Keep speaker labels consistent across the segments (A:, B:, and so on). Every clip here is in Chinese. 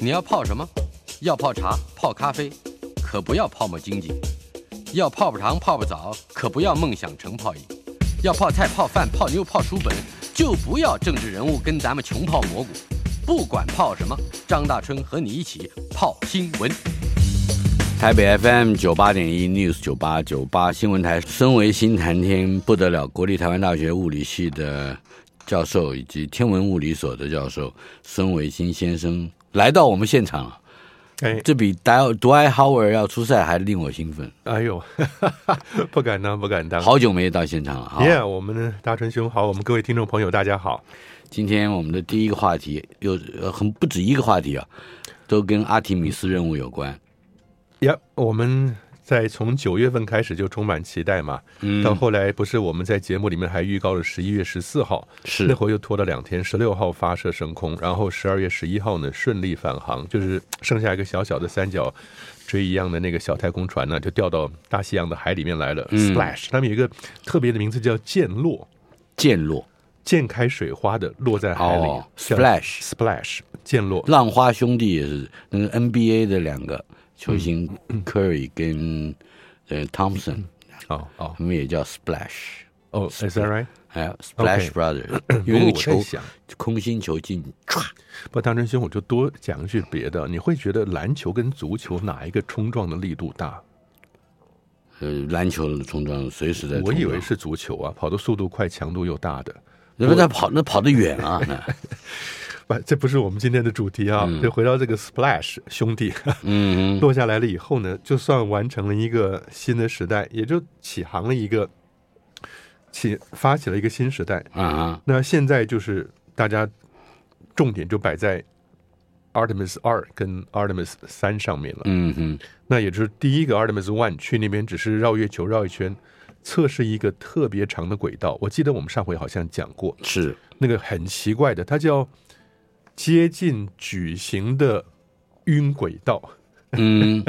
A: 你要泡什么？要泡茶、泡咖啡，可不要泡沫经济；要泡泡糖、泡泡澡，可不要梦想成泡影；要泡菜、泡饭、泡妞、泡书本，就不要政治人物跟咱们穷泡蘑菇。不管泡什么，张大春和你一起泡新闻。
B: 台北 FM 九八点一 News 九八九八新闻台，孙维新谈天不得了，国立台湾大学物理系的教授以及天文物理所的教授孙维新先生来到我们现场了。
C: 哎
B: 这比 Dwight Dwight Howard 要出赛还令我兴奋，
C: 哎呦， 不敢当，不敢当。
B: 好久没到现场了。好
C: 耶我们呢，大春兄好，我们各位听众朋友大家好。
B: 今天我们的第一个话题有呃很不止一个话题啊，都跟阿提米斯任务有关。
C: 呀、我们在从九月份开始就充满期待嘛，
B: 嗯
C: 到后来不是我们在节目里面还预告了十一月十四号，那
B: 是
C: 会儿又拖了两天，十六号发射升空，然后十二月十一号呢顺利返航，就是剩下一个小小的三角锥一样的那个小太空船呢，就掉到大西洋的海里面来了。
B: 嗯
C: Splash，他们有一个特别的名字叫溅落，
B: 溅落
C: 溅开水花的落在海里、
B: 哦
C: 叫
B: ，Splash
C: Splash 溅落。
B: 浪花兄弟也是那个 NBA 的两个球星
C: 嗯
B: Curry 跟呃 Thompson，
C: 哦哦
B: 他们也叫 Splash，
C: 哦，Is that right？
B: 还有 Splash
C: OK
B: Brother，因 为
C: 因为
B: 那
C: 我
B: 个
C: 在
B: 球
C: 想，
B: 空心球进，唰
C: 不，大真兄，我就多讲一句别的，你会觉得篮球跟足球哪一个冲撞的力度大？
B: 呃，篮球的冲撞随时在冲
C: 我
B: 撞。
C: 以为是足球啊，跑的速度快，强度又大的。
B: 那不那跑那跑得远啊， 那
C: 不，这不是我们今天的主题啊。就回到这个 Splash 兄弟
B: 嗯，
C: 落下来了以后呢，就算完成了一个新的时代，也就起航了一个起发起了一个新时代。
B: 啊哈，
C: 那现在就是大家重点就摆在 Artemis 二跟 Artemis 三上面了。
B: 嗯哼，
C: 那也就是第一个 Artemis One 去那边只是绕月球绕一圈，测试一个特别长的轨道。我记得我们上回好像讲过，
B: 是
C: 那个很奇怪的，它叫接近矩形的晕轨道。
B: 嗯，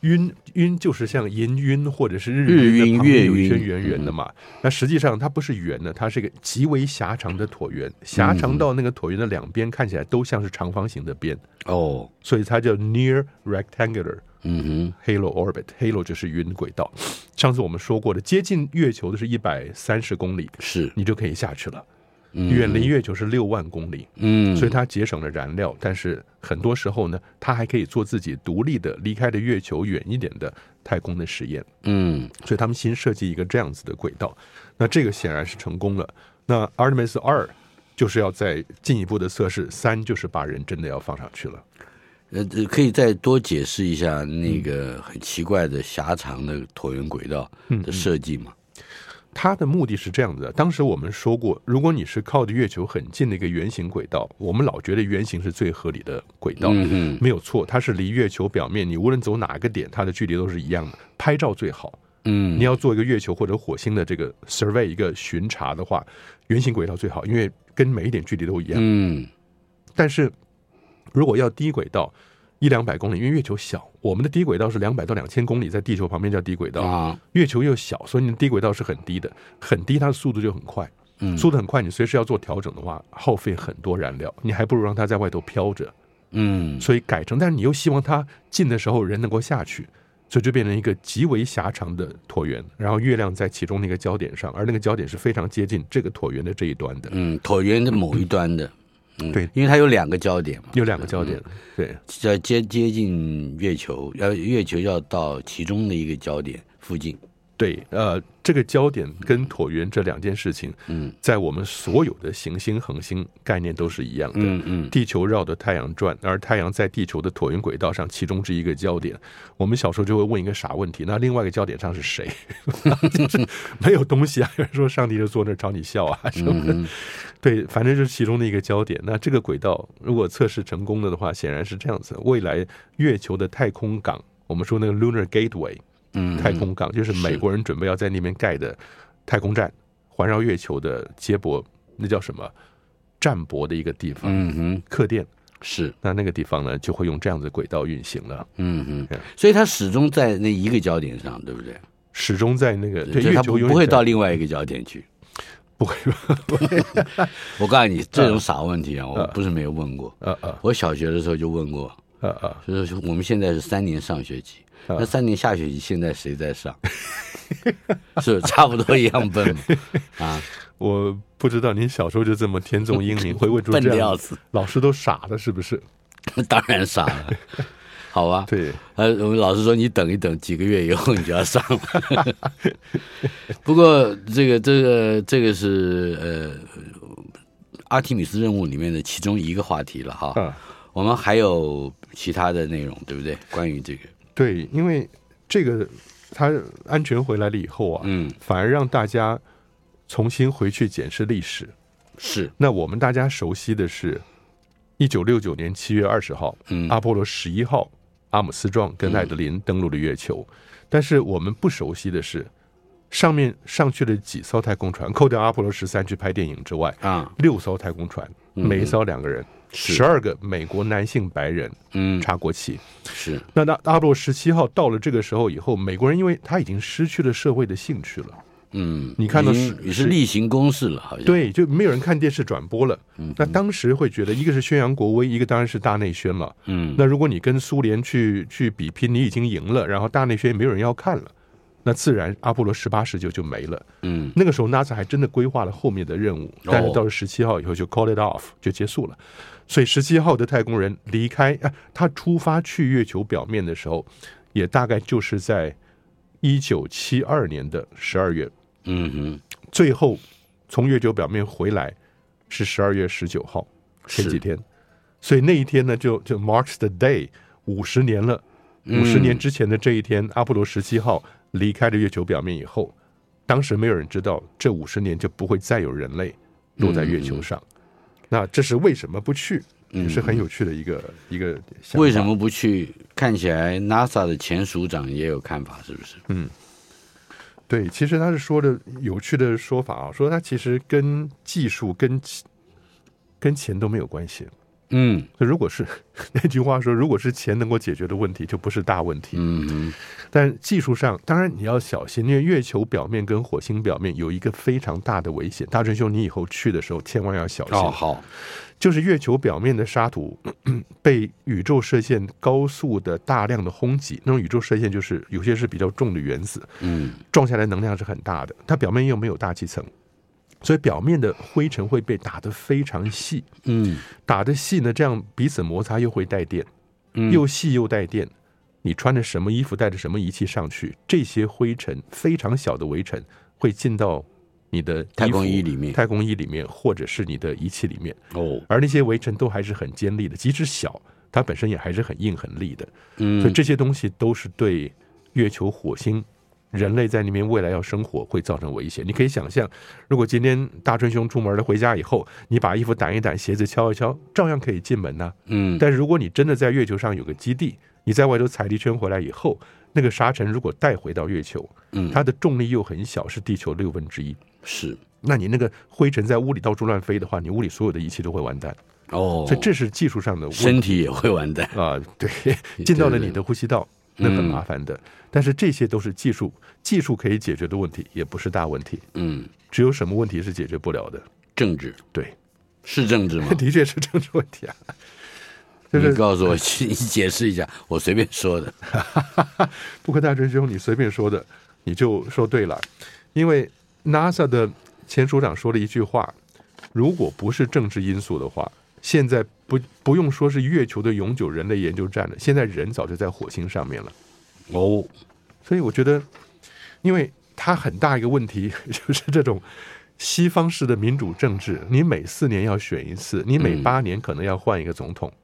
C: 晕晕就是像银晕或者是日
B: 日晕
C: 晕的旁边有一
B: 月
C: 圈
B: 晕嗯
C: 圆圆的嘛。那实际上它不是圆的，它是一个极为狭长的椭圆，狭
B: 嗯
C: 长到那个椭圆的两边看起来都像是长方形的边，
B: 哦，
C: 所以它叫 near rectangular
B: 嗯
C: halo orbit。halo 就是晕轨道。上次我们说过的，接近月球的是一百三十公里，
B: 哼，是，
C: 你就可以下去了。
B: 嗯
C: 远离月球是六万公里，
B: 嗯，
C: 所以它节省了燃料，但是很多时候呢，它还可以做自己独立的、离开了月球远一点的太空的实验。
B: 嗯
C: 所以他们新设计一个这样子的轨道，那这个显然是成功了。那 Artemis 二就是要再进一步的测试，三就是把人真的要放上去了。
B: 呃，这可以再多解释一下那个很奇怪的狭长的椭圆轨道
C: 嗯
B: 的设计吗？
C: 它的目的是这样子的，当时我们说过，如果你是靠着月球很近的一个圆形轨道，我们老觉得圆形是最合理的轨道，
B: 嗯
C: 没有错，它是离月球表面，你无论走哪个点，它的距离都是一样的。拍照最好，
B: 嗯
C: 你要做一个月球或者火星的这个 survey 一个巡查的话，圆形轨道最好，因为跟每一点距离都一样。
B: 嗯
C: 但是如果要低轨道，一两百公里，因为月球小，我们的低轨道是两百到两千公里，在地球旁边叫低轨道，
B: 啊
C: 月球又小，所以你的低轨道是很低的，很低，它的速度就很快。
B: 嗯
C: 速度很快，你随时要做调整的话，耗费很多燃料，你还不如让它在外头飘着。
B: 嗯
C: 所以改成，但是你又希望它进的时候人能够下去，所以就变成一个极为狭长的椭圆，然后月亮在其中那个焦点上，而那个焦点是非常接近这个椭圆的这一端的，
B: 嗯，椭圆的某一端的，嗯，
C: 对，
B: 因为它有两个焦点嘛，
C: 有两个焦点，对，
B: 要呃接接近月球，要月球要到其中的一个焦点附近，
C: 对，呃，这个焦点跟椭圆这两件事情，
B: 嗯
C: 在我们所有的行星、恒星概念都是一样的。
B: 嗯嗯
C: 地球绕着太阳转，而太阳在地球的椭圆轨道上其中之一个焦点。我们小时候就会问一个傻问题：那另外一个焦点上是谁？ 就是没有东西啊！有人说上帝就坐那儿朝你笑啊什么的。
B: 嗯
C: 对，反正就是其中的一个焦点。那这个轨道如果测试成功了的话，显然是这样子：未来月球的太空港，我们说那个 Lunar Gateway
B: 嗯，
C: 太空港，就是美国人准备要在那边盖的太空站，环绕月球的接驳，那叫什么？站泊的一个地方，
B: 嗯哼
C: 客店。
B: 是
C: 那那个地方呢，就会用这样子轨道运行了，
B: 嗯哼
C: Yeah，
B: 所以它始终在那一个焦点上，对不对？
C: 始终在那个对
B: 就
C: 月
B: 它
C: 球
B: 不
C: 永远
B: 不会
C: 在
B: 到另外一个焦点去。
C: 不会吧？
B: 我告诉你，这种傻问题啊，我
C: 呃
B: 不是没有问过。
C: 呃呃
B: 我小学的时候就问过，
C: 呃呃，
B: 就是我们现在是三年上学期，
C: 啊
B: 那三年下学期现在谁在上？ 是差不多一样笨嘛啊，
C: 我不知道您小时候就这么天纵英 明，会问出
B: 笨
C: 这
B: 的要
C: 样，
B: 死，
C: 老师都傻了是不是？
B: 当然傻了。好吧，
C: 对，
B: 呃，我们老师说你等一等，几个月以后你就要上了。 不过这个这个这个是呃阿提米斯任务里面的其中一个话题了哈。
C: 啊，
B: 我们还有其他的内容，对不对？关于这个，
C: 对，因为这个他安全回来了以后啊，
B: 嗯，
C: 反而让大家重新回去检视历史。
B: 是，
C: 那我们大家熟悉的是，一九六九年七月二十号，
B: 嗯
C: 阿波罗十一号，阿姆斯壮跟艾德林登陆了月球。但是我们不熟悉的是，上面上去了几艘太空船，扣掉阿波罗十三去拍电影之外，
B: 啊，
C: 六艘太空船，
B: 嗯
C: 每一艘两个人，
B: 是
C: 十二个美国男性白人
B: 嗯，
C: 插国旗。
B: 是，
C: 那那阿波罗十七号到了这个时候以后，美国人因为他已经失去了社会的兴趣了。
B: 嗯，
C: 你看到
B: 已经
C: 是
B: 也是
C: 是
B: 例行公事了，好像，
C: 对，就没有人看电视转播了。
B: 嗯
C: 那当时会觉得，一个是宣扬国威，一个当然是大内宣了。
B: 嗯，
C: 那如果你跟苏联去去比拼，你已经赢了，然后大内宣也没有人要看了，那自然阿波罗十八、十九就没了。
B: 嗯，
C: 那个时候 NASA 还真的规划了后面的任务，但是到了十七号以后就 call it off 就结束了。所以十七号的太空人离开啊，他出发去月球表面的时候，也大概就是在一九七二年的十二月
B: 嗯哼，
C: 最后从月球表面回来是十二月十九号，前几
B: 是，
C: 天，所以那一天呢，就就 marks the day 五十年了。
B: 嗯
C: 五十年之前的这一天，阿波罗十七号离开了月球表面以后，当时没有人知道这五十年就不会再有人类落
B: 嗯
C: 在月球上。那这是为什么不去？也是很有趣的一个一个想法。
B: 为什么不去？看起来 NASA 的前署长也有看法，是不是？
C: 对，其实他是说的有趣的说法啊，说他其实跟技术跟钱跟钱都没有关系。
B: 嗯
C: 那如果是 那句话说，如果是钱能够解决的问题，就不是大问题。
B: 嗯哼，
C: 但技术上，当然你要小心，因为月球表面跟火星表面有一个非常大的危险。大真兄，你以后去的时候千万要小心，
B: 哦好，
C: 就是月球表面的沙土 咳咳被宇宙射线高速的大量的轰击，那种宇宙射线就是有些是比较重的原子，
B: 嗯
C: 撞下来能量是很大的，它表面又没有大气层，所以表面的灰尘会被打得非常细，
B: 嗯
C: 打得细呢，这样彼此摩擦又会带电，
B: 嗯
C: 又细又带电。你穿着什么衣服，带着什么仪器上去，这些灰尘非常小的微尘会进到你的衣服
B: 太空衣里面
C: 太空衣里面，或者是你的仪器里面。
B: 哦，
C: 而那些微尘都还是很尖利的，即使小，它本身也还是很硬很利的。
B: 嗯，
C: 所以这些东西都是对月球、火星。人类在那边未来要生活会造成危险，你可以想象，如果今天大春兄出门了，回家以后，你把衣服掸一掸，鞋子敲一敲，照样可以进门呐、
B: 嗯
C: 但是如果你真的在月球上有个基地，你在外头踩了一圈回来以后，那个沙尘如果带回到月球，
B: 嗯
C: 它的重力又很小，是地球六分之一。
B: 是
C: 那你那个灰尘在屋里到处乱飞的话，你屋里所有的仪器都会完蛋。
B: 哦，
C: 所以这是技术上的问题
B: 身体也会完蛋。
C: 啊、对，进到了
B: 对嗯
C: 你的呼吸道，那很麻烦的。但是这些都是技术，技术可以解决的问题，也不是大问题。
B: 嗯，
C: 只有什么问题是解决不了的？
B: 政治
C: 对，？
B: 是政 治吗
C: 的确是政治问题啊。就
B: 你
C: 是
B: 告诉我，你解释一下， 我随便说的。
C: 不过大真兄，你随便说的，你就说对了，因为 NASA 的前署长说了一句话：如果不是政治因素的话，现在不不用说是月球的永久人类研究站了，现在人早就在火星上面了。
B: 哦，
C: 所以我觉得，因为它很大一个问题 就是这种西方式的民主政治，你每四年要选一次，你每
B: 嗯
C: 八年可能要换一个总统。
B: 嗯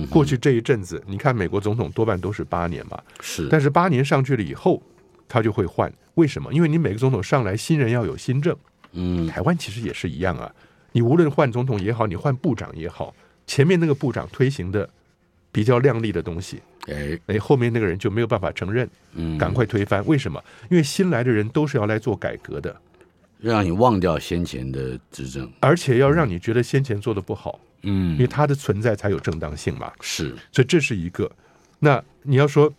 B: 哼，
C: 过去这一阵子，你看美国总统多半都是八年嘛，
B: 是，
C: 但是八年上去了以后，他就会换。为什么？因为你每个总统上来，新人要有新政。
B: 嗯
C: 台湾其实也是一样啊，你无论换总统也好，你换部长也好，前面那个部长推行的比较亮丽的东西，
B: 哎
C: 哎，后面那个人就没有办法承认，
B: 嗯，
C: 赶快推翻。为什么？因为新来的人都是要来做改革的，
B: 让你忘掉先前的执政，
C: 而且要让你觉得先前做的不好，因为
B: 嗯，
C: 他的存在才有正当性嘛。
B: 是，
C: 所以这是一个。那你要说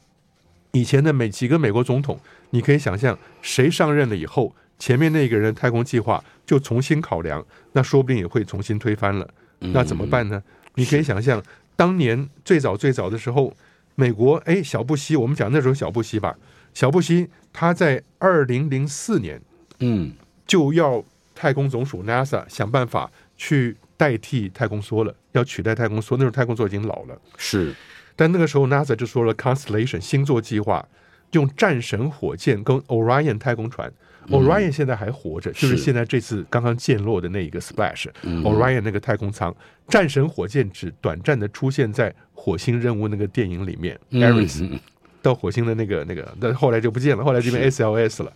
C: 以前的美几个美国总统，你可以想象谁上任了以后，前面那个人的太空计划就重新考量，那说不定也会重新推翻了。
B: 嗯
C: 那怎么办呢？你可以想象，当年最早最早的时候，美国哎小布希，我们讲那时候小布希吧，小布希他在二零零四年
B: 嗯？
C: 就要太空总署 NASA 想办法去代替太空梭了，要取代太空梭。那时候太空梭已经老了。
B: 嗯，是，
C: 但那个时候 NASA 就说了 Constellation 星座计划，用战神火箭跟 Orion 太空船。Orion 现在还活着，就是
B: 是
C: 现在这次刚刚降落的那一个 Splash、Orion 那个太空舱，战神火箭只短暂的出现在火星任务那个电影里面、
B: 嗯
C: e r i s 到火星的那个那个，但后来就不见了，后来这边 SLS 了。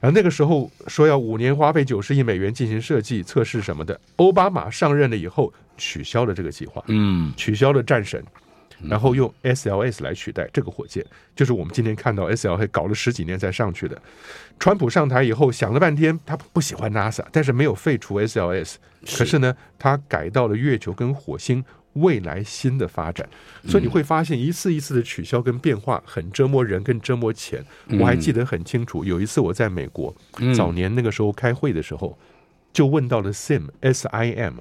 C: 然后那个时候说要五年花费九十亿美元进行设计、测试什么的，奥巴马上任了以后取消了这个计划。
B: 嗯，
C: 取消了战神，然后用 SLS 来取代这个火箭，就是我们今天看到 SLS 搞了十几年才上去的。川普上台以后想了半天，他不喜欢 NASA，但是没有废除 SLS，可是呢，他改到了月球跟火星未来新的发展，所以你会发现一次一次的取消跟变化很折磨人，跟折磨钱。我还记得很清楚，有一次我在美国早年那个时候开会的时候，就问到了 SIM S I M，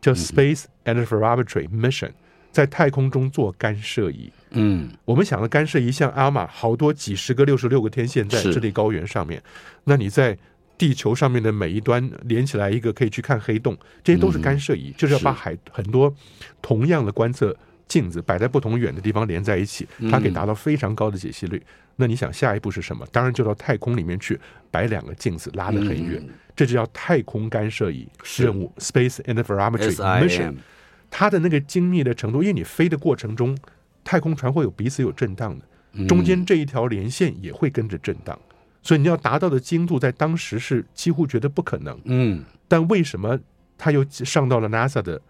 C: 叫 Space Interferometry Mission，在太空中做干涉仪。
B: 嗯，
C: 我们想的干涉仪像阿玛，好多几十个、六十六个天线在
B: 是
C: 智利高原上面。那你在地球上面的每一端连起来一个，可以去看黑洞，这些都是干涉
B: 嗯
C: 仪，就是要把海很多同样的观测镜子摆在不同远的地方连在一起，
B: 嗯
C: 它可以达到非常高的解析率。那你想下一步是什么？当然就到太空里面去摆两个镜子，拉得很远，
B: 嗯
C: 这就叫太空干涉仪任务 （Space Interferometry
B: S I
C: Mission）
B: M。
C: 它的那个精密的程度，因为你飞的过程中，太空船会有彼此有震荡
B: 嗯
C: 的，中间这一条连线也会跟着震荡，所以你要达到的精度，在当时是几乎觉得不可能。
B: 嗯，
C: 但为什么它又上到了 NASA 的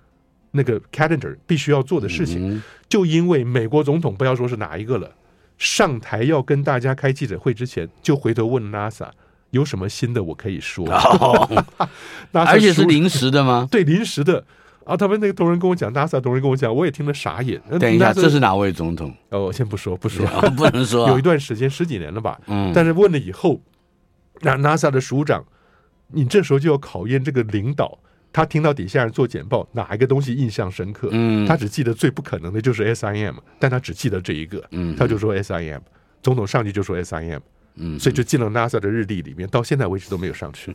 C: 那个 calendar 必须要做的事情？
B: 嗯
C: 就因为美国总统不要说是哪一个了，上台要跟大家开记者会之前，就回头问 NASA 有什么新的我可以 说，
B: 哦，
C: NASA
B: 而且是
C: 输
B: 临时的吗？
C: 对临时的。啊，他们那个同仁跟我讲，NASA 同仁跟我讲，我也听得傻眼。呃
B: 等一下，
C: NASA-
B: 这是哪位总统？
C: 哦，我先不说，不说，
B: 哦 不能说啊，
C: 有一段时间十几年了吧。
B: 嗯，
C: 但是问了以后，那 NASA 的署长，你这时候就要考验这个领导，他听到底下人做简报，哪一个东西印象深刻？
B: 嗯
C: 他只记得最不可能的就是 SIM，但他只记得这一个，
B: 嗯
C: 他就说 SIM，总统上去就说 SIM，
B: 嗯
C: 所以就进了 NASA 的日历里面，到现在为止都没有上去。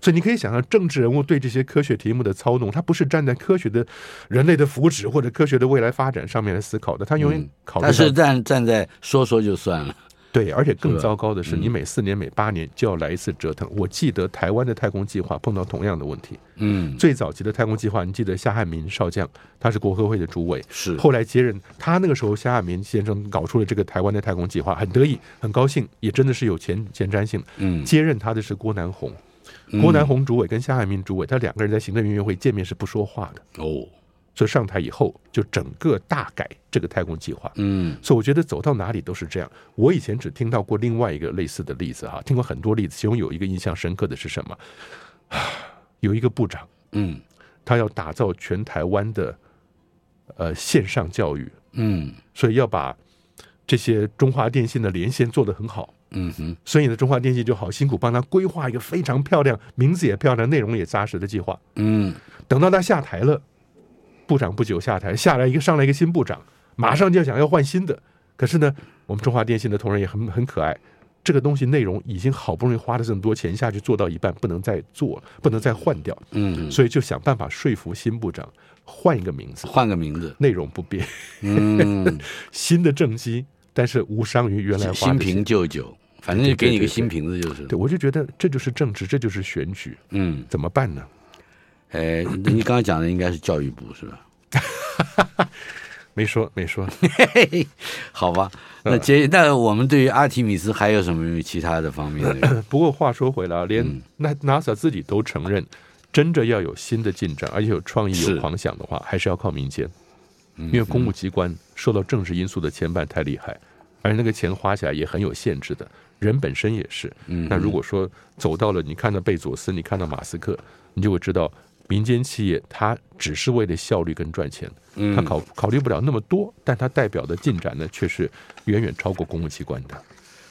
C: 所以你可以想象，政治人物对这些科学题目的操弄，他不是站在科学的人类的福祉或者科学的未来发展上面来思考的，他永远考虑
B: 他嗯
C: 到
B: 是站站在说说就算了，
C: 对，而且
B: 是嗯
C: 更
B: 吧
C: 糟糕的是，你每四年、每八年就要来一次折腾。我记得台湾的太空计划碰到同样的问题。
B: 嗯，
C: 最早期的太空计划，你记得夏汉民少将，他是国科会的主委，
B: 是，
C: 后来接任他那个时候，夏汉民先生搞出了这个台湾的太空计划，很得意，很高兴，也真的是有前前瞻性。
B: 嗯
C: 接任他的是郭南红，郭南红主委跟夏汉民主委，他两个人在行政院院会见面是不说话的，
B: 哦，
C: 所以上台以后就整个大改这个太空计划。
B: 嗯
C: 所以我觉得走到哪里都是这样。我以前只听到过另外一个类似的例子哈，听过很多例子，其中有一个印象深刻的是什么？ 唉有一个部长，
B: 嗯
C: 他要打造全台湾的呃线上教育，
B: 嗯
C: 所以要把这些中华电信的连线做得很好。
B: 嗯哼，
C: 所以呢，中华电信就好辛苦帮他规划一个非常漂亮、名字也漂亮、内容也扎实的计划。
B: 嗯
C: 等到他下台了，部长不久下台，下来一个上来一个新部长，马上就想要换新的。可是呢，我们中华电信的同仁也很很可爱，这个东西内容已经好不容易花了这么多钱下去，做到一半不能再做了，不能再换掉，
B: 嗯，
C: 所以就想办法说服新部长换一个名字，
B: 换个名字，
C: 内容不变，
B: 嗯，
C: 新的政绩，但是无伤于原来花
B: 新
C: 的钱
B: 瓶旧酒，反正就给你一个
C: 对对对
B: 新瓶子就是。
C: 对，我就觉得这就是政治，这就是选举，
B: 嗯，
C: 怎么办呢？
B: 哎，你刚刚讲的应该是教育部是吧？
C: 没说没说，
B: 嘿嘿，好吧，那接那我们对于阿提米斯还有什么其他的方面的？
C: 不过话说回来啊，
B: 嗯
C: 连那 NASA 自己都承认，真的要有新的进展，而且有创意、
B: 是嗯
C: 有狂想的话，还是要靠民间，因为公务机关受到政治因素的牵绊太厉害，而那个钱花起来也很有限制的。人本身也是，
B: 嗯
C: 那如果说走到了你看到贝佐斯，你看到马斯克，你就会知道，民间企业它只是为了效率跟赚钱，
B: 嗯
C: 它考考虑不了那么多，但它代表的进展呢，却是远远超过公务机关的。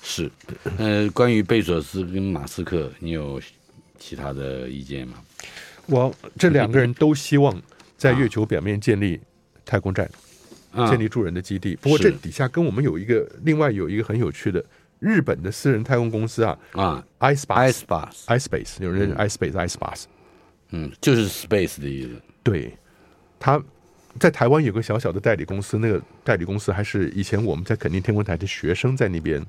B: 是，呃，关于贝索斯跟马斯克，你有其他的意见吗？
C: 我这两个人都希望在月球表面建立太空站，
B: 啊
C: 建立住人的基地。不过这
B: 是
C: 底下跟我们有一个另外有一个很有趣的日本的私人太空公司啊
B: 啊
C: ，iSpace
B: ，ice bus，
C: iSpace，有人 iSpace iSpace，
B: 嗯，就是 space 的意思。
C: 对，他在台湾有个小小的代理公司，那个代理公司还是以前我们在垦丁天文台的学生在那边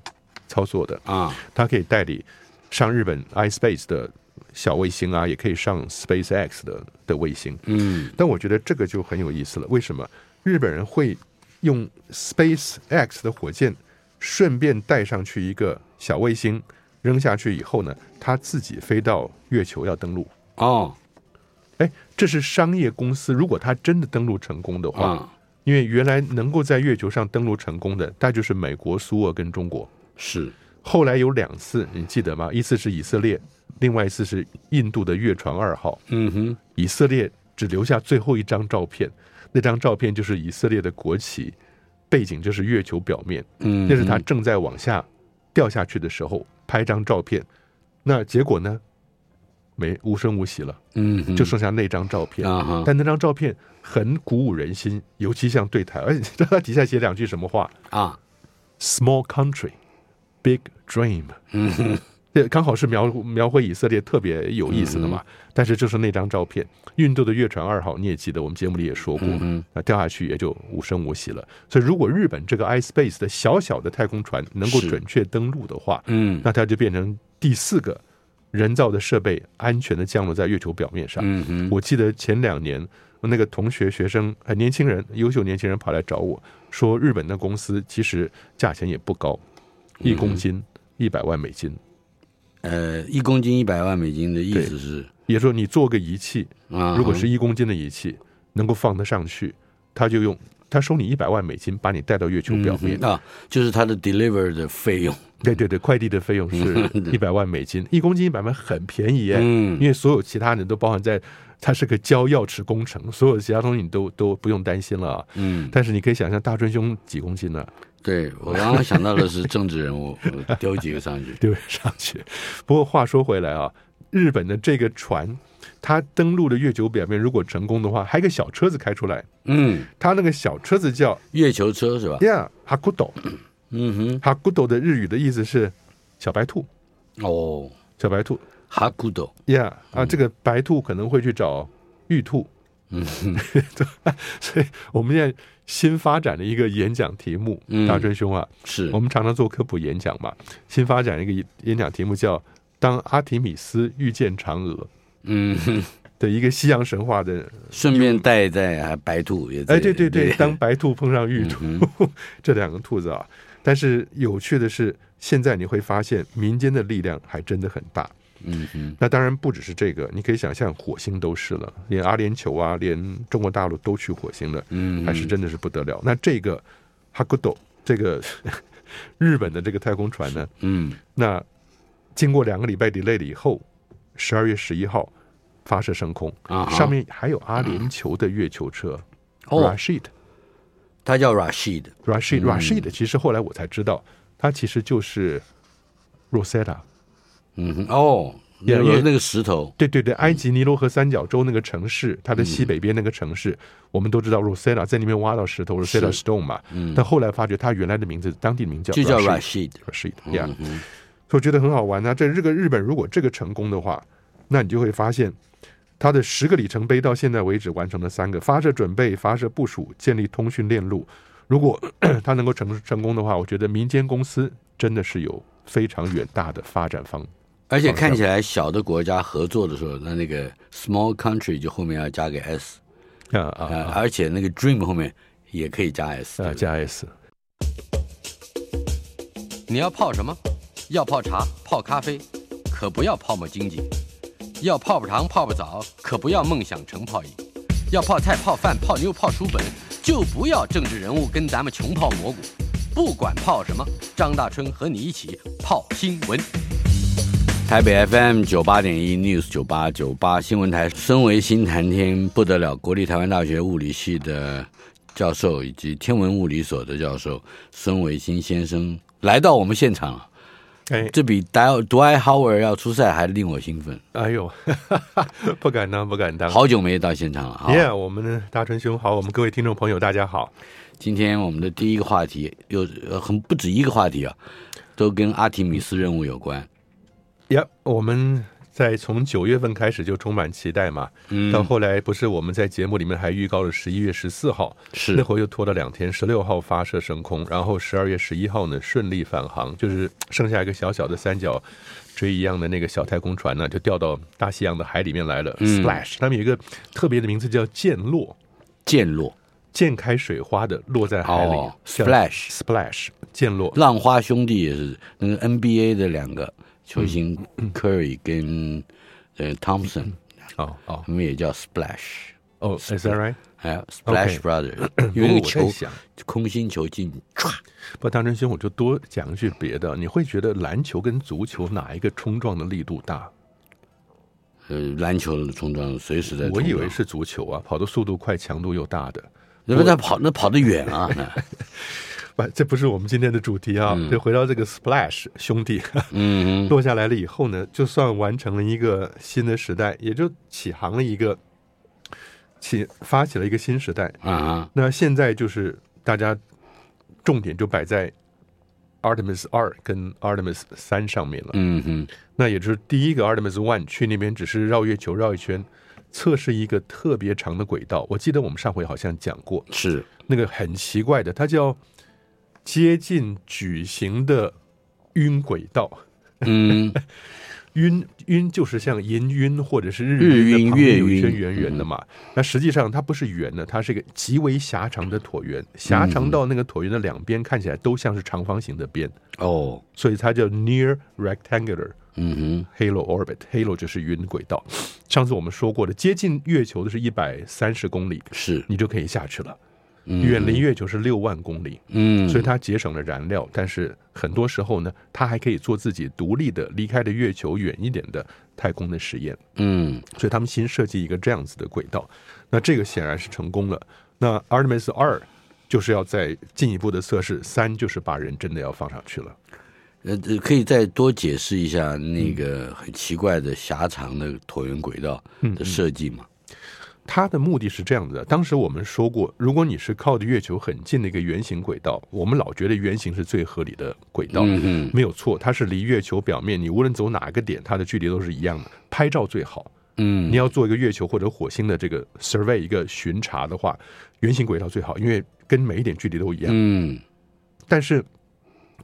C: 操作的。
B: 啊，
C: 它可以代理上日本 iSpace 的小卫星啊，也可以上 SpaceX 的的卫星。
B: 嗯，
C: 但我觉得这个就很有意思了。为什么日本人会用 SpaceX 的火箭顺便带上去一个小卫星扔下去以后呢，它自己飞到月球要登陆？
B: 哦，
C: 哎，这是商业公司，如果它真的登陆成功的话，
B: 啊，
C: 因为原来能够在月球上登陆成功的，那就是美国、苏俄跟中国。
B: 是，
C: 后来有两次，你记得吗？一次是以色列，另外一次是印度的月船二号。
B: 嗯哼，
C: 以色列只留下最后一张照片，那张照片就是以色列的国旗，背景就是月球表面，
B: 嗯哼，
C: 那是它正在往下掉下去的时候拍张照片。那结果呢？没无声无息了，
B: 嗯哼，
C: 就剩下那张照片。
B: 啊哈，
C: 但那张照片很鼓舞人心，尤其像对台，而且 它底下写两句什么话？
B: 啊，
C: Small country, big dream。
B: 嗯哼，
C: 这刚好是描描绘以色列特别有意思的
B: 嗯
C: 嘛。但是就是那张照片，印度的月船二号，你也记得我们节目里也说过，
B: 嗯
C: 那掉下去也就无声无息了。所以如果日本这个 iSpace 的小小的太空船能够
B: 是
C: 准确登陆的话，
B: 嗯，
C: 那它就变成第四个人造的设备安全的降落在月球表面上。
B: 嗯哼，
C: 我记得前两年那个同学、学生、很年轻人、优秀年轻人跑来找我说，日本的公司其实价钱也不高，一
B: 嗯
C: 公斤一百万美金，
B: 呃，一公斤一百万美金的意思
C: 对
B: 是
C: 也说你做个仪器，
B: 啊，
C: 如果是一公斤的仪器能够放得上去，他就用他收你一百万美金把你带到月球表面
B: 嗯哼。啊，就是它的 deliver 的费用，
C: 对对对，快递的费用是一百万美金，一公斤一百万很便宜耶。
B: 嗯
C: 因为所有其他人都包含在，它是个交钥匙工程，所有其他东西你都都不用担心了啊。
B: 嗯，
C: 但是你可以想象大春兄几公斤呢、
B: 对我刚刚想到的是政治人 物，我丢几个上去，
C: 对上去。 不过话说回来啊，日本的这个船，它登陆了月球表面，如果成功的话，还有一个小车子开出来，
B: 嗯，
C: 它那个小车子叫
B: 月球车是吧？
C: 呀哈古斗，
B: 嗯
C: 哈古斗的日语的意思是小白兔，
B: 哼，哦，
C: 小白兔
B: 哈古斗，
C: 呀啊，这个白兔可能会去找玉兔。
B: 嗯，
C: 所以我们现在新发展的一个演讲题目，
B: 嗯
C: 大真兄啊，
B: 是
C: 我，们常常做科普演讲嘛，新发展一个演讲题目叫“当阿提米斯遇见嫦娥”。
B: 嗯哼，
C: 的一个西洋神话的，
B: 顺便带一带还白兔也在，
C: 哎，对对对，当白兔碰上玉兔， 这两个兔子啊。但是有趣的是，现在你会发现民间的力量还真的很大。
B: 嗯哼，
C: 那当然不只是这个，你可以想象火星都是了，连阿联酋啊，连中国大陆都去火星了，
B: 嗯，
C: 还是真的是不得了。那这个哈古斗这个 日本的这个太空船呢，
B: 嗯
C: 那经过两个礼拜 delay 了以后，十二月十一号发射升空，
B: 啊哈
C: 上面还有阿联酋的月球车、
B: 哦嗯
C: Rashid
B: 他叫 Rashid，
C: Rashid Rashid，其实后来我才知道，它其实就是 Rosetta。
B: 嗯哼，哦，那
C: 也
B: 个
C: 也
B: 那个石头，
C: 对对对，埃及尼罗河三角洲那个城市，它的西北边那个城
B: 嗯
C: 市，我们都知道 Rosetta 在里面挖到石头 Rosetta Stone 嘛。但后来发觉它原来的名字，当地名叫
B: 嗯就叫 Rashid，
C: Rashid Rashid。Yeah，
B: 嗯哼，
C: 所以我觉得很好玩呢、这这个日本如果这个成功的话，那你就会发现，它的十个里程碑到现在为止完成了三个：发射准备、发射部署、建立 通讯链路。如果它能够成成功的话，我觉得民间公司真的是有非常远大的发展方。
B: 而
C: 哦
B: 且看起来小的国家合作的时候，那那个 small country 就后面要加个 s，
C: 啊
B: 呃，
C: 啊
B: 而且那个 dream 后面也可以加 s，对
C: 啊！
B: 不对
C: 加 s，
A: 你要泡什么？要泡茶、泡咖啡，可不要泡沫经济；要泡泡糖、泡泡澡，可不要梦想成泡影；要泡菜、泡饭、泡妞、泡书本，就不要政治人物跟咱们穷泡蘑菇。不管泡什么，张大春和你一起泡新闻。
B: 台北 FM 九八点一 News 九八九八新闻台，身为新谈天不得了，国立台湾大学物理系的教授以及天文物理所的教授孙维新先生来到我们现场了，
C: 哎，
B: 这比 Dwight Dwight Howard 要出赛还令我兴奋。
C: 哎呦， 不敢当，不敢当。
B: 好久没到现场了啊！
C: 耶，我们的大春兄好，我们各位听众朋友大家好。
B: 今天我们的第一个话题有呃很不止一个话题啊，都跟阿提米斯任务有关。
C: 耶、我们在从九月份开始就充满期待嘛，到
B: 嗯，
C: 后来不是我们在节目里面还预告了十一月十四号，那
B: 是
C: 会儿又拖了两天，十六号发射升空，然后十二月十一号呢顺利返航，就是剩下一个小小的三角锥一样的那个小太空船呢，就掉到大西洋的海里面来了。
B: 嗯
C: Splash，他们有一个特别的名字叫溅落，
B: 溅落
C: 溅开水花的落在海里。
B: 哦
C: 叫
B: ，splash
C: Splash 溅落，
B: 浪花兄弟也是那个 NBA 的两个球星
C: 嗯
B: Curry 跟呃 Thompson，
C: 哦哦
B: 他们也叫 Splash，
C: 哦，Is that right？
B: 还有 Splash
C: OK
B: Brother，因
C: 不
B: 为那个
C: 过我在
B: 球
C: 想，
B: 空心球进，唰
C: 不，大真兄，我就多讲一句别的，你会觉得篮球跟足球哪一个冲撞的力度大？
B: 呃，篮球的冲撞随时在冲
C: 我
B: 撞。
C: 以为是足球啊，跑的速度快，强度又大的。
B: 那不那跑那跑得远啊，那
C: 不，这不是我们今天的主题啊。
B: 嗯
C: 就回到这个 Splash 兄弟
B: 嗯
C: 落下来了以后呢，就算完成了一个新的时代，也就起航了一个起发起了一个新时代。
B: 嗯啊，
C: 那现在就是大家重点就摆在 Artemis 二跟 Artemis 三上面了。
B: 嗯哼，
C: 那也就是第一个 Artemis One 去那边只是绕月球绕一圈，测试一个特别长的轨道。我记得我们上回好像讲过，
B: 是
C: 那个很奇怪的，它叫接近矩形的晕轨道。
B: 嗯
C: 晕晕就是像银晕或者是日
B: 日
C: 晕
B: 晕
C: 的旁边
B: 月
C: 有一圈
B: 晕
C: 圆圆的嘛。那实际上它不是圆的，它是一个极为狭长的椭圆，狭长到那个椭圆的两边看起来都像是长方形的边，
B: 哦，
C: 所以它叫 near rectangular。
B: 嗯
C: Halo orbit，Halo 就是晕轨道。上次我们说过的，接近月球的是一百三十公里，
B: 哼，是嗯
C: 你就可以下去了；
B: 远
C: 远离月球是六万公里，
B: 嗯，
C: 所以它节省了燃料。但是很多时候呢，它还可以做自己独立的、离开的月球远一点的太空的实验。
B: 嗯
C: 所以他们新设计一个这样子的轨道，那这个显然是成功了。那 Artemis 二就是要再进一步的测试，三就是把人真的要放上去了。
B: 呃这可以再多解释一下那个很奇怪的狭长的椭圆轨道的设计嘛？
C: 它的目的是这样子的，当时我们说过，如果你是靠着月球很近的一个圆形轨道，我们老觉得圆形是最合理的轨道，
B: 嗯
C: 没有错，它是离月球表面，你无论走哪个点，它的距离都是一样的。拍照最好，
B: 嗯
C: 你要做一个月球或者火星的这个 survey 一个巡查的话，圆形轨道最好，因为跟每一点距离都一样。
B: 嗯
C: 但是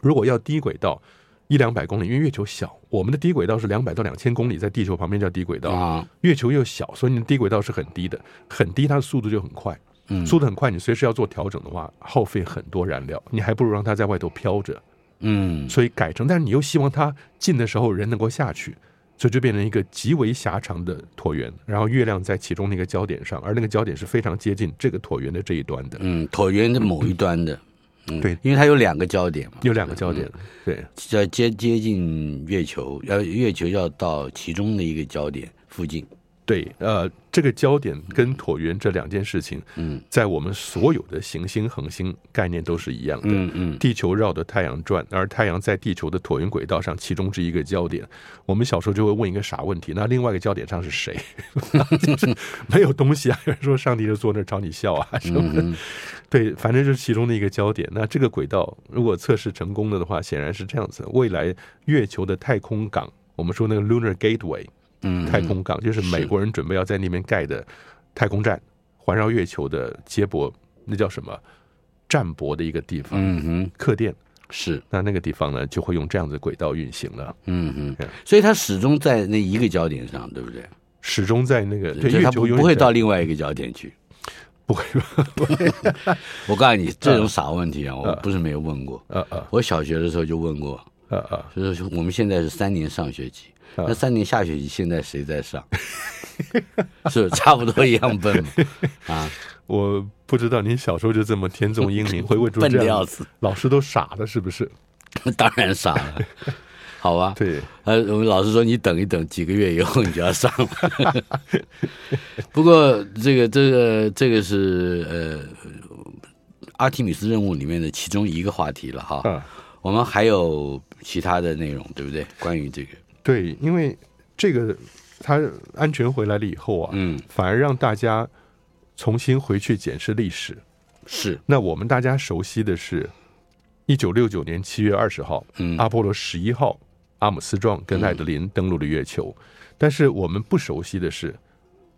C: 如果要低轨道，一两百公里，因为月球小，我们的低轨道是两百到两千公里，在地球旁边叫低轨道。
B: 啊
C: 月球又小，所以你的低轨道是很低的，很低，它的速度就很快，
B: 嗯
C: 速度很快，你随时要做调整的话，耗费很多燃料，你还不如让它在外头飘着。
B: 嗯
C: 所以改成，但是你又希望它进的时候人能够下去，所以就变成一个极为狭长的椭圆，然后月亮在其中那个焦点上，而那个焦点是非常接近这个椭圆的这一端的，
B: 嗯，椭圆的某一端的，嗯
C: 对
B: 因为它有两个焦点嘛，
C: 有两个焦点，
B: 嗯
C: 对，
B: 要接接近月球，要月球要到其中的一个焦点附近，
C: 对，呃，这个焦点跟椭圆这两件事情，
B: 嗯，
C: 在我们所有的行星、恒星概念都是一样的。
B: 嗯嗯
C: 地球绕着太阳转，而太阳在地球的椭圆轨道上，其中是一个焦点。我们小时候就会问一个傻问题：那另外一个焦点上 是谁？就是没有东西啊！有人说上帝就坐那儿朝你笑 啊，
B: 嗯
C: 什么的。对，反正就是其中的一个焦点。那这个轨道如果测试成功了的话，显然是这样子。未来月球的太空港，我们说那个 Lunar Gateway，
B: 嗯，
C: 太空港，就是美国人准备要在那边盖的太空站，环绕月球的接驳，那叫什么？站泊的一个地方，
B: 嗯哼，
C: 客店。
B: 是，
C: 那那个地方呢，就会用这样子的轨道运行了，
B: 嗯哼
C: 嗯，
B: 所以它始终在那一个焦点上，对不对？
C: 始终在那个对
B: 就
C: 月
B: 它
C: 球
B: 不
C: 永远
B: 不会
C: 在
B: 到另外一个焦点去。
C: 不会吧？
B: 我告诉你，这种傻问
C: 嗯
B: 题啊，我不是没有问过。
C: 呃呃
B: 我小学的时候就问过，
C: 呃呃，
B: 就是说我们现在是三年上学期，
C: 啊
B: 那三年下学期现在谁在上？ 是差不多一样笨嘛？啊，
C: 我不知道您小时候就这么天纵英 明，会问出
B: 笨
C: 这
B: 的要
C: 样，
B: 死，
C: 老师都傻了是不是？
B: 当然傻了。好吧，
C: 对，
B: 呃，我们老师说你等一等，几个月以后你就要上了。 不过这个这个这个是呃阿提米斯任务里面的其中一个话题了哈。
C: 啊，
B: 我们还有其他的内容，对不对？关于这个，
C: 对，因为这个他安全回来了以后啊，
B: 嗯，
C: 反而让大家重新回去检视历史。
B: 是，
C: 那我们大家熟悉的是，一九六九年七月二十号，
B: 嗯，
C: 阿波罗十一号，阿姆斯壮跟艾德林登陆了月球。但是我们不熟悉的是，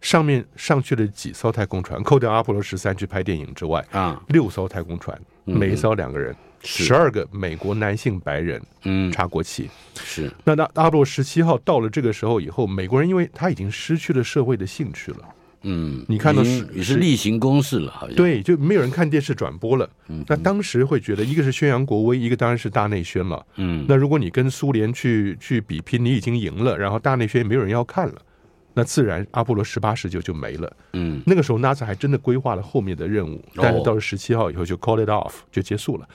C: 上面上去的几艘太空船，扣掉阿波罗十三去拍电影之外，
B: 啊，
C: 六艘太空船，
B: 嗯
C: 每一艘两个人，
B: 是
C: 十二个美国男性白人
B: 嗯，
C: 插国旗。
B: 是，
C: 那那阿波罗十七号到了这个时候以后，美国人因为他已经失去了社会的兴趣了。
B: 嗯，
C: 你看到
B: 已经
C: 是
B: 也是
C: 是
B: 例行公事了，好像，，
C: 对，就没有人看电视转播了。
B: 嗯
C: 那当时会觉得，一个是宣扬国威，一个当然是大内宣了。
B: 嗯，
C: 那如果你跟苏联去去比拼，你已经赢了，然后大内宣也没有人要看了，那自然阿波罗十八、十九就没了。
B: 嗯，哦
C: 那个时候，NASA 还真的规划了后面的任务，但是到了十七号以后就 call it off 就结束了。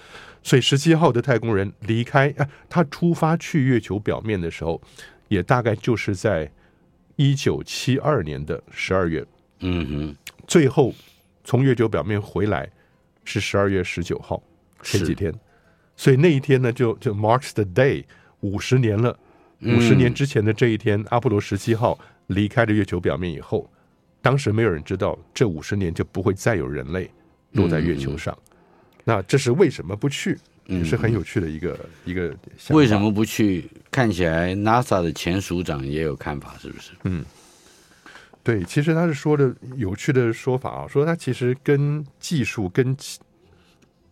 C: 所以十七号的太空人离开，啊，他出发去月球表面的时候，也大概就是在一九七二年的十二月，
B: 嗯哼，
C: 最后从月球表面回来是十二月十九号。前几
B: 是，
C: 天，所以那一天呢，就就 marks the day 五十年了，
B: 嗯
C: 五十年之前的这一天，阿波罗十七号离开了月球表面以后，当时没有人知道这五十年就不会再有人类落在月球上。
B: 嗯
C: 那这是为什么不去？也是很有趣的一个、一个想法。
B: 为什么不去？看起来 NASA 的前署长也有看法，是不是？
C: 对，其实他是说的有趣的说法啊，说他其实跟技术跟钱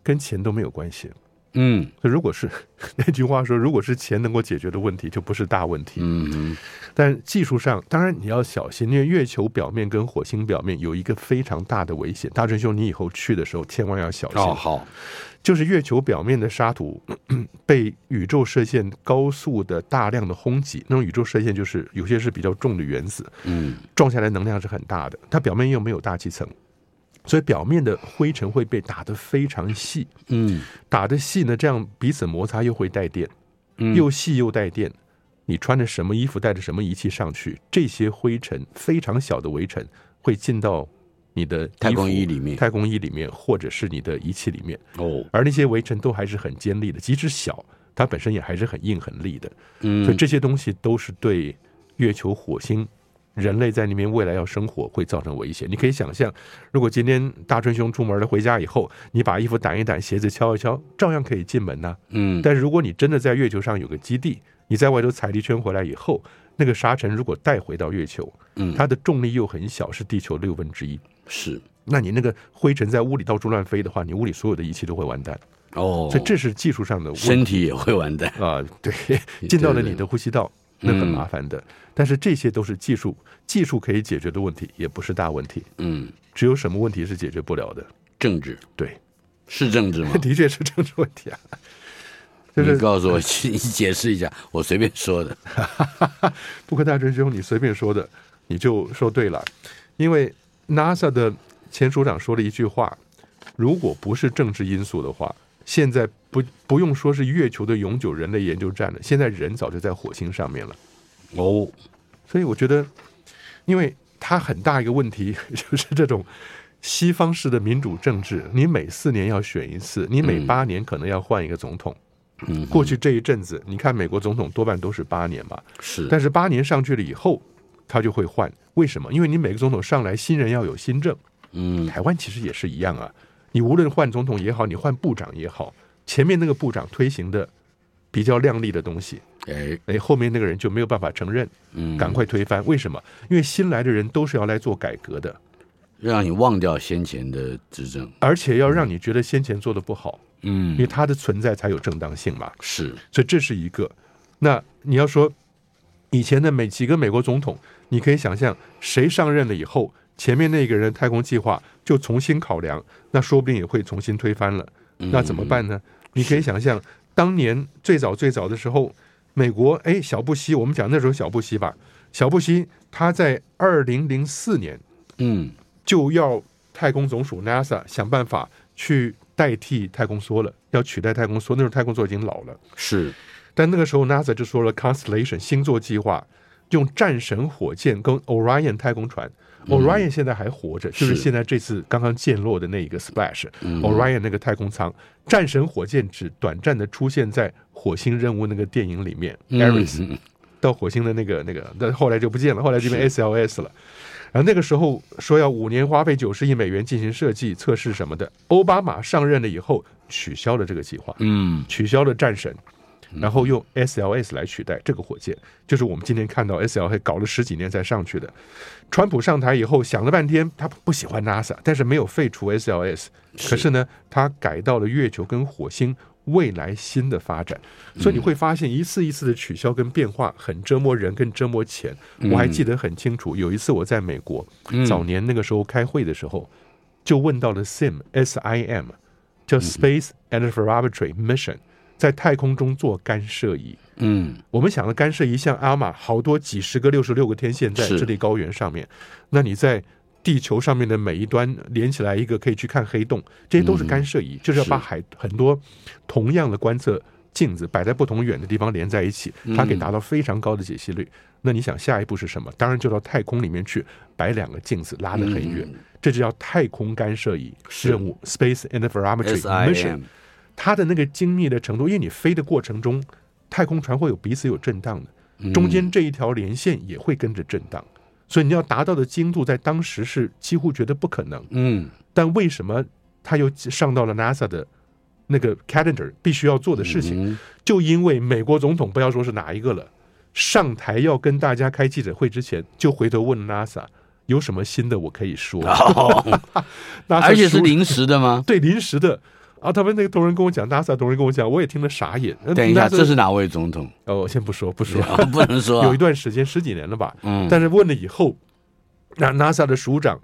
C: 跟钱都没有关系。
B: 嗯
C: 所以如果是 那句话说，如果是钱能够解决的问题，就不是大问题。
B: 嗯哼，
C: 但技术上，当然你要小心，因为月球表面跟火星表面有一个非常大的危险。大真兄，你以后去的时候千万要小心，
B: 哦，好，
C: 就是月球表面的沙土 咳咳被宇宙射线高速的大量的轰击，那种宇宙射线就是有些是比较重的原子，
B: 嗯
C: 撞下来能量是很大的，它表面又没有大气层，所以表面的灰尘会被打得非常细，
B: 嗯
C: 打得细呢，这样彼此摩擦又会带电，
B: 嗯
C: 又细又带电。你穿着什么衣服，带着什么仪器上去，这些灰尘非常小的微尘会进到你的衣服
B: 太空衣里面
C: 太空衣里面，或者是你的仪器里面。
B: 哦，
C: 而那些微尘都还是很尖利的，即使小，它本身也还是很硬很利的。所以
B: 嗯
C: 这些东西都是对月球、火星。人类在那边未来要生活会造成危险。你可以想象，如果今天大春兄出门了，回家以后，你把衣服掸一掸，鞋子敲一敲，照样可以进门呐、
B: 嗯，
C: 但如果你真的在月球上有个基地，你在外头踩了一圈回来以后，那个沙尘如果带回到月球，
B: 嗯
C: 它的重力又很小，是地球六分之一。
B: 是
C: 那你那个灰尘在屋里到处乱飞的话，你屋里所有的仪器都会完蛋。
B: 哦，
C: 所以这是技术上的问
B: 身体也会完蛋。
C: 啊、对，进到了你的呼吸道，那很
B: 嗯
C: 麻烦的。但是这些都是技术，技术可以解决的问题，也不是大问题。
B: 嗯，
C: 只有什么问题是解决不了的？
B: 政治
C: 对，？
B: 是政治吗
C: 的确是政治问题啊。就是
B: 你告诉我，你解释一下，我随便说的。
C: 不过大真兄，你随便说的，你就说对了，因为 NASA 的前署长说了一句话：如果不是政治因素的话，现在不不用说是月球的永久人类研究站了，现在人早就在火星上面了。
B: 哦，
C: 所以我觉得，因为它很大一个问题 就是这种。西方式的民主政治，你每四年要选一次，你每
B: 嗯
C: 八年可能要换一个总统。
B: 嗯，
C: 过去这一阵子，你看美国总统多半都是八年吧，
B: 是，
C: 但是八年上去了以后，他就会换。为什么？因为你每个总统上来，新人要有新政。
B: 嗯
C: 台湾其实也是一样啊，你无论换总统也好，你换部长也好，前面那个部长推行的比较亮丽的东西，
B: 哎
C: 哎，后面那个人就没有办法承认，
B: 嗯，
C: 赶快推翻。为什么？因为新来的人都是要来做改革的，
B: 让你忘掉先前的执政。
C: 而且要让你觉得先前做的不好，因
B: 嗯
C: 为，它的存在才有正当性嘛。
B: 是
C: 所以这是一个。那你要说以前的每几个美国总统，你可以想象谁上任了以后，前面那个人的太空计划就重新考量，那说不定也会重新推翻了。
B: 嗯
C: 那怎么办呢？你可以想象，当年最早最早的时候，美国哎小布希，我们讲那时候小布希吧，小布希他在二零零四年
B: 嗯
C: 就要太空总署 NASA 想办法去代替太空梭了，要取代太空梭。那时候太空梭已经老了。
B: 是
C: 但那个时候 NASA 就说了 Constellation 星座计划，用战神火箭跟 Orion 太空船。Orion 现在还活着，就
B: 是
C: 是现在这次刚刚降落的那一个 Splash、Orion 那个太空舱，战神火箭只短暂的出现在火星任务那个电影里面、a
B: 嗯
C: r i s 到火星的那个那个，但后来就不见了，后来就变 SLS 了。然后那个时候说要五年花费九十亿美元进行设计、测试什么的，奥巴马上任了以后取消了这个计划。
B: 嗯
C: 取消了战神，然后用 SLS 来取代这个火箭，就是我们今天看到 SLS 搞了十几年才上去的。川普上台以后想了半天，他不喜欢 NASA，但是没有废除 SLS，可是呢，他改到了月球跟火星未来新的发展，所以你会发现一次一次的取消跟变化很折磨人，跟折磨钱。我还记得很清楚，有一次我在美国
B: 嗯
C: 早年那个时候开会的时候，就问到了 SIM S I M，叫 Space Interferometry Mission，在太空中做干涉仪。
B: 嗯
C: 我们想的干涉仪像阿玛，好多几十个、六十六个天线在
B: 是
C: 智利高原上面。那你在地球上面的每一端连起来一个，可以去看黑洞，这些都是干涉
B: 嗯
C: 仪，就是要把海很多同样的观测镜子摆在不同远的地方连在一起，它
B: 嗯
C: 可以达到非常高的解析率。那你想下一步是什么？当然就到太空里面去摆两个镜子，拉得很远，
B: 嗯
C: 这就叫太空干涉仪任务 （Space Interferometry
B: S I
C: Mission）。
B: M
C: 它的那个精密的程度，因为你飞的过程中，太空船会有彼此有震荡
B: 嗯
C: 的，中间这一条连线也会跟着震荡，所以你要达到的精度，在当时是几乎觉得不可能。
B: 嗯
C: 但为什么它又上到了 NASA 的那个 calendar 必须要做的事
B: 嗯
C: 情？ 就因为美国总统不要说是哪一个了，上台要跟大家开记者会之前，就回头问 NASA 有什么新的我可以说，
B: 哦，
C: NASA
B: 而且是
C: 说
B: 临时的 吗？
C: 对临时的。啊，他们那个同仁跟我讲，NASA 同仁跟我讲，我也听得傻眼。呃
B: 等一下，
C: NASA-
B: 这是哪位总统？
C: 哦，我先不说，不说，
B: 哦 不能说啊
C: 有一段时间十几年了吧。
B: 嗯
C: 但是问了以后，那 NASA 的署长，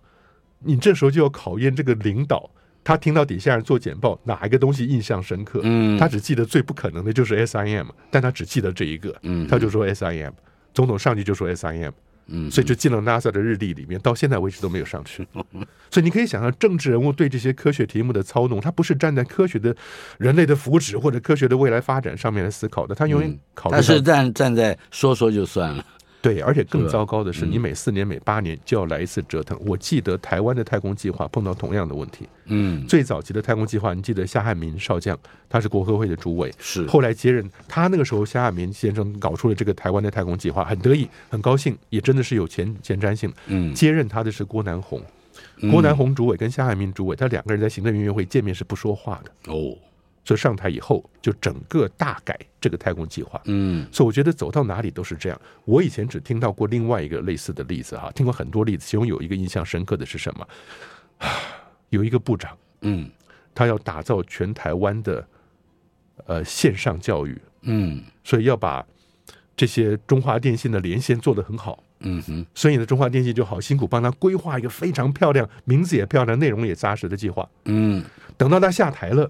C: 你这时候就要考验这个领导，他听到底下人做简报，哪一个东西印象深刻？
B: 嗯
C: 他只记得最不可能的就是 SIM，但他只记得这一个，
B: 嗯
C: 他就说 SIM。总统上去就说 SIM，
B: 嗯
C: 所以就进了 NASA 的日历里面，到现在为止都没有上去。 所以你可以想象，政治人物对这些科学题目的操弄，他不是站在科学的人类的福祉或者科学的未来发展上面来思考的，他永远考虑到
B: 但是站站在说说就算了，
C: 对，而且更糟糕的是，你每四年、每八年就要来一次折腾。我记得台湾的太空计划碰到同样的问题。
B: 嗯，
C: 最早期的太空计划，你记得夏汉民少将，他是国科会的主委，
B: 是
C: 后来接任他那个时候，夏汉民先生搞出了这个台湾的太空计划，很得意，很高兴，也真的是有前前瞻性。
B: 嗯
C: 接任他的是郭南红，郭南红主委跟夏汉民主委，他两个人在行政院院会见面是不说话的，
B: 哦，
C: 所以上台以后就整个大改这个太空计划。
B: 嗯
C: 所以我觉得走到哪里都是这样。我以前只听到过另外一个类似的例子哈，听过很多例子，其中有一个印象深刻的是什么？ 有一个部长，
B: 嗯
C: 他要打造全台湾的呃线上教育，
B: 嗯
C: 所以要把这些中华电信的连线做得很好。
B: 嗯哼
C: 所以呢，中华电信就好辛苦帮他规划一个非常漂亮、名字也漂亮、内容也扎实的计划。
B: 嗯
C: 等到他下台了，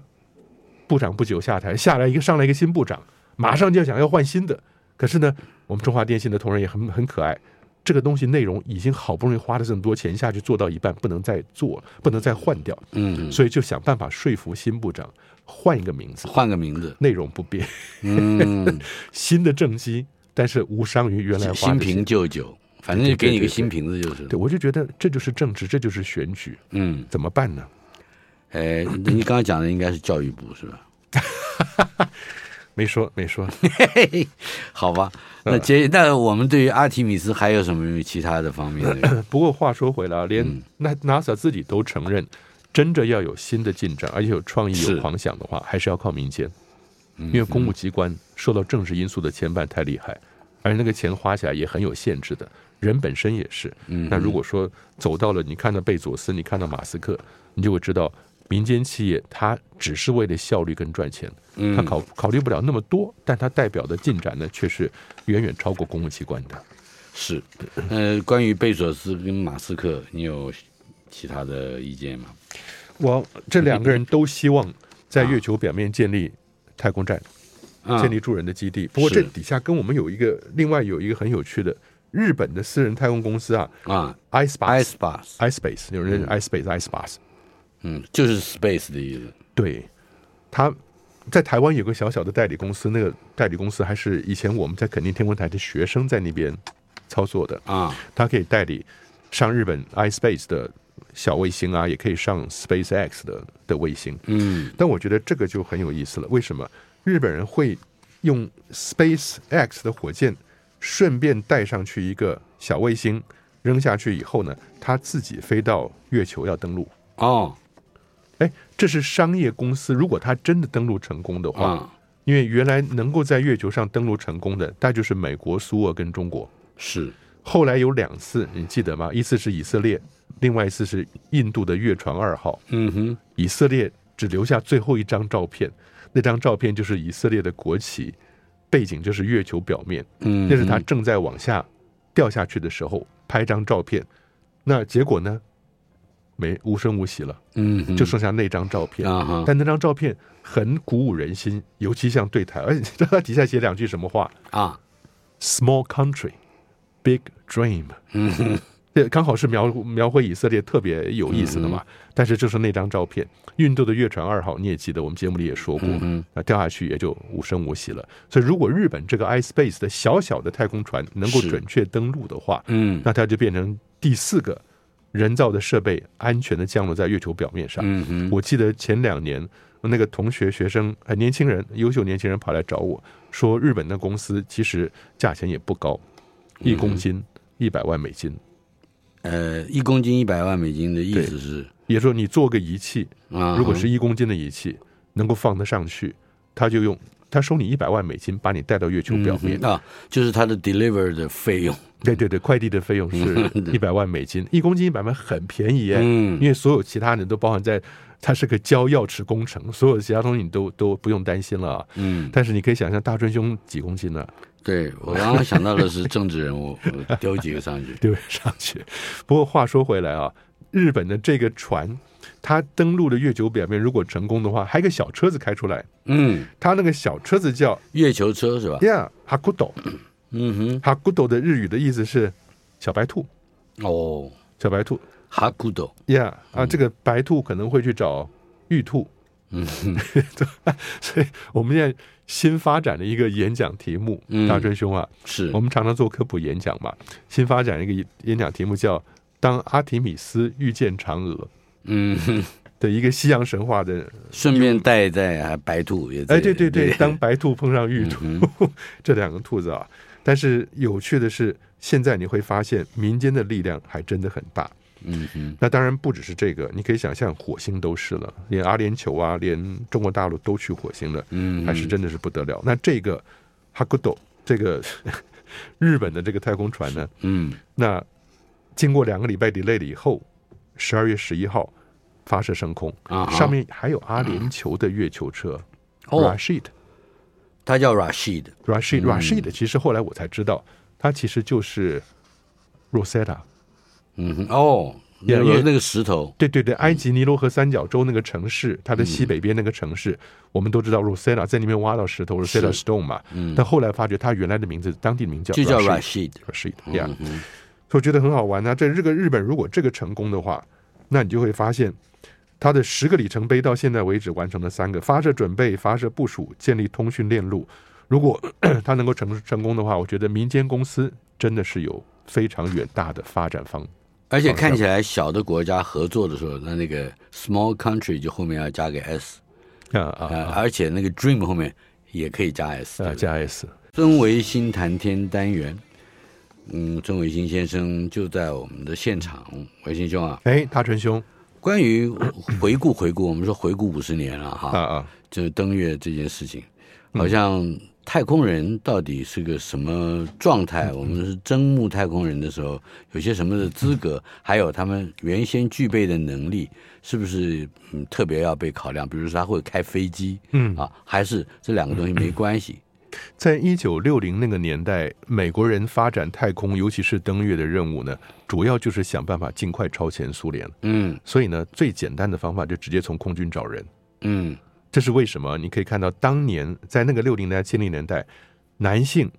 C: 部长不久下台，下来一个上来一个新部长，马上就要想要换新的。可是呢，我们中华电信的同仁也很很可爱，这个东西内容已经好不容易花了这么多钱下去做到一半，不能再做了，不能再换掉，
B: 嗯，
C: 所以就想办法说服新部长换一个名字，
B: 换个名字，
C: 内容不变，
B: 嗯，
C: 新的政绩，但是无伤于 原来花
B: 新
C: 的钱
B: 瓶。旧酒，反正就给你个新瓶子就是。
C: 对，我就觉得这就是政治，这就是选举，
B: 嗯，
C: 怎么办呢？
B: 哎，你刚刚讲的应该是教育部是吧？
C: 没说没说， 嗯
B: 好吧，那接那我们对于阿提米斯还有什么其他的方面的？
C: 不过话说回来啊，连
B: 嗯
C: 那 NASA 自己都承认，真的要有新的进展，而且有创意、
B: 是嗯
C: 有狂想的话，还是要靠民间，因为公务机关受到政治因素的牵绊太厉害，而那个钱花起来也很有限制的。人本身
B: 嗯
C: 也是，那如果说走到了你看到贝佐斯，你看到马斯克，你就会知道，民间企业它只是为了效率跟赚钱，
B: 嗯
C: 它考考虑不了那么多，但它代表的进展呢，却是远远超过公务机关的。
B: 是，呃，关于贝索斯跟马斯克，你有其他的意见吗？
C: 我这两个人都希望在月球表面建立太空站，
B: 啊
C: 建立住人的基地。不过这
B: 是
C: 底下跟我们有一个另外有一个很有趣的日本的私人太空公司啊
B: 啊
C: ，iSpace
B: ，ice bus，
C: iSpace 有人认识 iSpace iSpace，
B: 嗯，就是 space 的意思。
C: 对，他在台湾有个小小的代理公司，那个代理公司还是以前我们在垦丁天文台的学生在那边操作的。
B: 啊，
C: 它可以代理上日本 iSpace 的小卫星啊，也可以上 SpaceX 的的卫星。
B: 嗯，
C: 但我觉得这个就很有意思了。为什么日本人会用 SpaceX 的火箭顺便带上去一个小卫星扔下去以后呢，他自己飞到月球要登陆？
B: 哦，
C: 哎，这是商业公司，如果它真的登陆成功的话，
B: 啊，
C: 因为原来能够在月球上登陆成功的，那就是美国、苏俄跟中国。
B: 是，
C: 后来有两次，你记得吗？一次是以色列，另外一次是印度的月船二号。
B: 嗯哼，
C: 以色列只留下最后一张照片，那张照片就是以色列的国旗，背景就是月球表面，
B: 嗯哼，
C: 那是它正在往下掉下去的时候拍张照片。那结果呢？没无声无息了，
B: 嗯哼，
C: 就剩下那张照片。
B: 啊哈，
C: 但那张照片很鼓舞人心，尤其像对台，而且 你知道它底下写两句什么话？
B: 啊，
C: Small country, big dream。这刚好是描描绘以色列特别有意思
B: 嗯
C: 的嘛。但是就是那张照片，印度的月船二号，你也记得，我们节目里也说
B: 嗯
C: 过，那掉下去也就无声无息了。所以，如果日本这个 iSpace 的小小的太空船能够
B: 是
C: 准确登陆的话，
B: 嗯
C: 那它就变成第四个人造的设备安全的降落在月球表面上。
B: 嗯哼，
C: 我记得前两年那个同学、学生，很年轻人，优秀年轻人跑来找我说，日本的公司其实价钱也不高，
B: 嗯
C: 一公斤一百万美金，
B: 呃，一公斤一百万美金的意思是
C: 也就是说你做个仪器，
B: 啊，
C: 如果是一公斤的仪器能够放得上去，他就用他收你一百万美金把你带到月球表面。
B: 嗯啊，就是它的 deliver 的费用，
C: 对对对，快递的费用是一百万美金，一公斤一百万很便宜耶。
B: 嗯
C: 因为所有其他人都包含在，它是个交钥匙工程，所有其他东西你都都不用担心了啊。
B: 嗯，
C: 但是你可以想象，大春兄几公斤呢、
B: 对我刚刚想到的是政治人物，我丢几个上去，
C: 丢上去。不过话说回来啊，日本的这个船，它登陆的月球表面如果成功的话，还有个小车子开出来，
B: 嗯，
C: 它那个小车子叫
B: 月球车是吧？
C: 呀哈古斗，
B: 嗯
C: 哈古斗的日语的意思是小白兔，
B: 哼，哦，
C: 小白兔
B: 哈古斗，
C: 呀啊，这个白兔可能会去找玉兔。
B: 嗯哼，
C: 所以我们现在新发展的一个演讲题目，
B: 嗯
C: 大春兄啊，
B: 是
C: 我，们常常做科普演讲嘛，新发展一个演讲题目叫“当阿提米斯遇见嫦娥”。
B: 嗯哼，
C: 的一个西洋神话的，
B: 顺便带一带还白兔也在，
C: 哎，对对对，当白兔碰上玉兔，
B: 嗯
C: 这两个兔子啊。但是有趣的是，现在你会发现民间的力量还真的很大。
B: 嗯哼，
C: 那当然不只是这个，你可以想象火星都是了，连阿联酋啊，连中国大陆都去火星了，
B: 嗯，
C: 还是真的是不得了。那这个哈古斗这个 日本的这个太空船呢，
B: 嗯
C: 那经过两个礼拜 delay 了以后，十二月十一号发射升空，
B: 啊哈，
C: 上面还有阿联酋的月球车。
B: 哦，嗯
C: Rashid
B: 他叫 Rashid，
C: Rashid Rashid，其实后来我才知道，他其实就是 Rosetta。
B: 嗯哼，哦，
C: 也
B: 有
C: 也
B: 那个石头，
C: 对对对，埃及尼罗河三角洲那个城市，它的西北边那个城市，我们都知道 Rosetta 在那边挖到石头
B: 是
C: Rosetta Stone 嘛。
B: 嗯，
C: 但后来发觉它原来的名字，当地名叫
B: 就叫
C: Rashid
B: Rashid，
C: Rashid。Yeah，
B: 嗯哼，
C: 所以我觉得很好玩啊。这这个日本如果这个成功的话，那你就会发现。它的十个里程碑到现在为止完成了三个发射准备、发射部署、建立通讯链路。如果 它能够成成功的话，我觉得民间公司真的是有非常远大的发展方。
B: 而且看起来小的国家合作的时候，那那个 small country 就后面要加个 s，
C: 啊
B: 呃，
C: 啊
B: 而且那个 dream 后面也可以加 s，
C: 啊！
B: 对不对
C: 加 S，
B: 孙维新谈天单元，嗯，孙维新先生就在我们的现场，维新兄啊，
C: 哎，大成兄
B: 关于回顾回顾，我们说回顾五十年了哈，
C: 啊啊，嗯
B: 就是登月这件事情，好像太空人到底是个什么状
C: 嗯
B: 态？我们是征募太空人的时候，有些什么的资
C: 嗯
B: 格，还有他们原先具备的能力，是不是嗯特别要被考量？比如说他会开飞机，
C: 嗯
B: 啊，还是这两个东西没关系？
C: 在一九六零那个年代，美国人发展太空，尤其是登月的任务呢，主要就是想办法尽快超前苏联。
B: 嗯
C: 所以呢，最简单的方法就直接从空军找人。
B: 嗯
C: 这是为什么？你可以看到，当年在那个六零年代、七零年代，男性、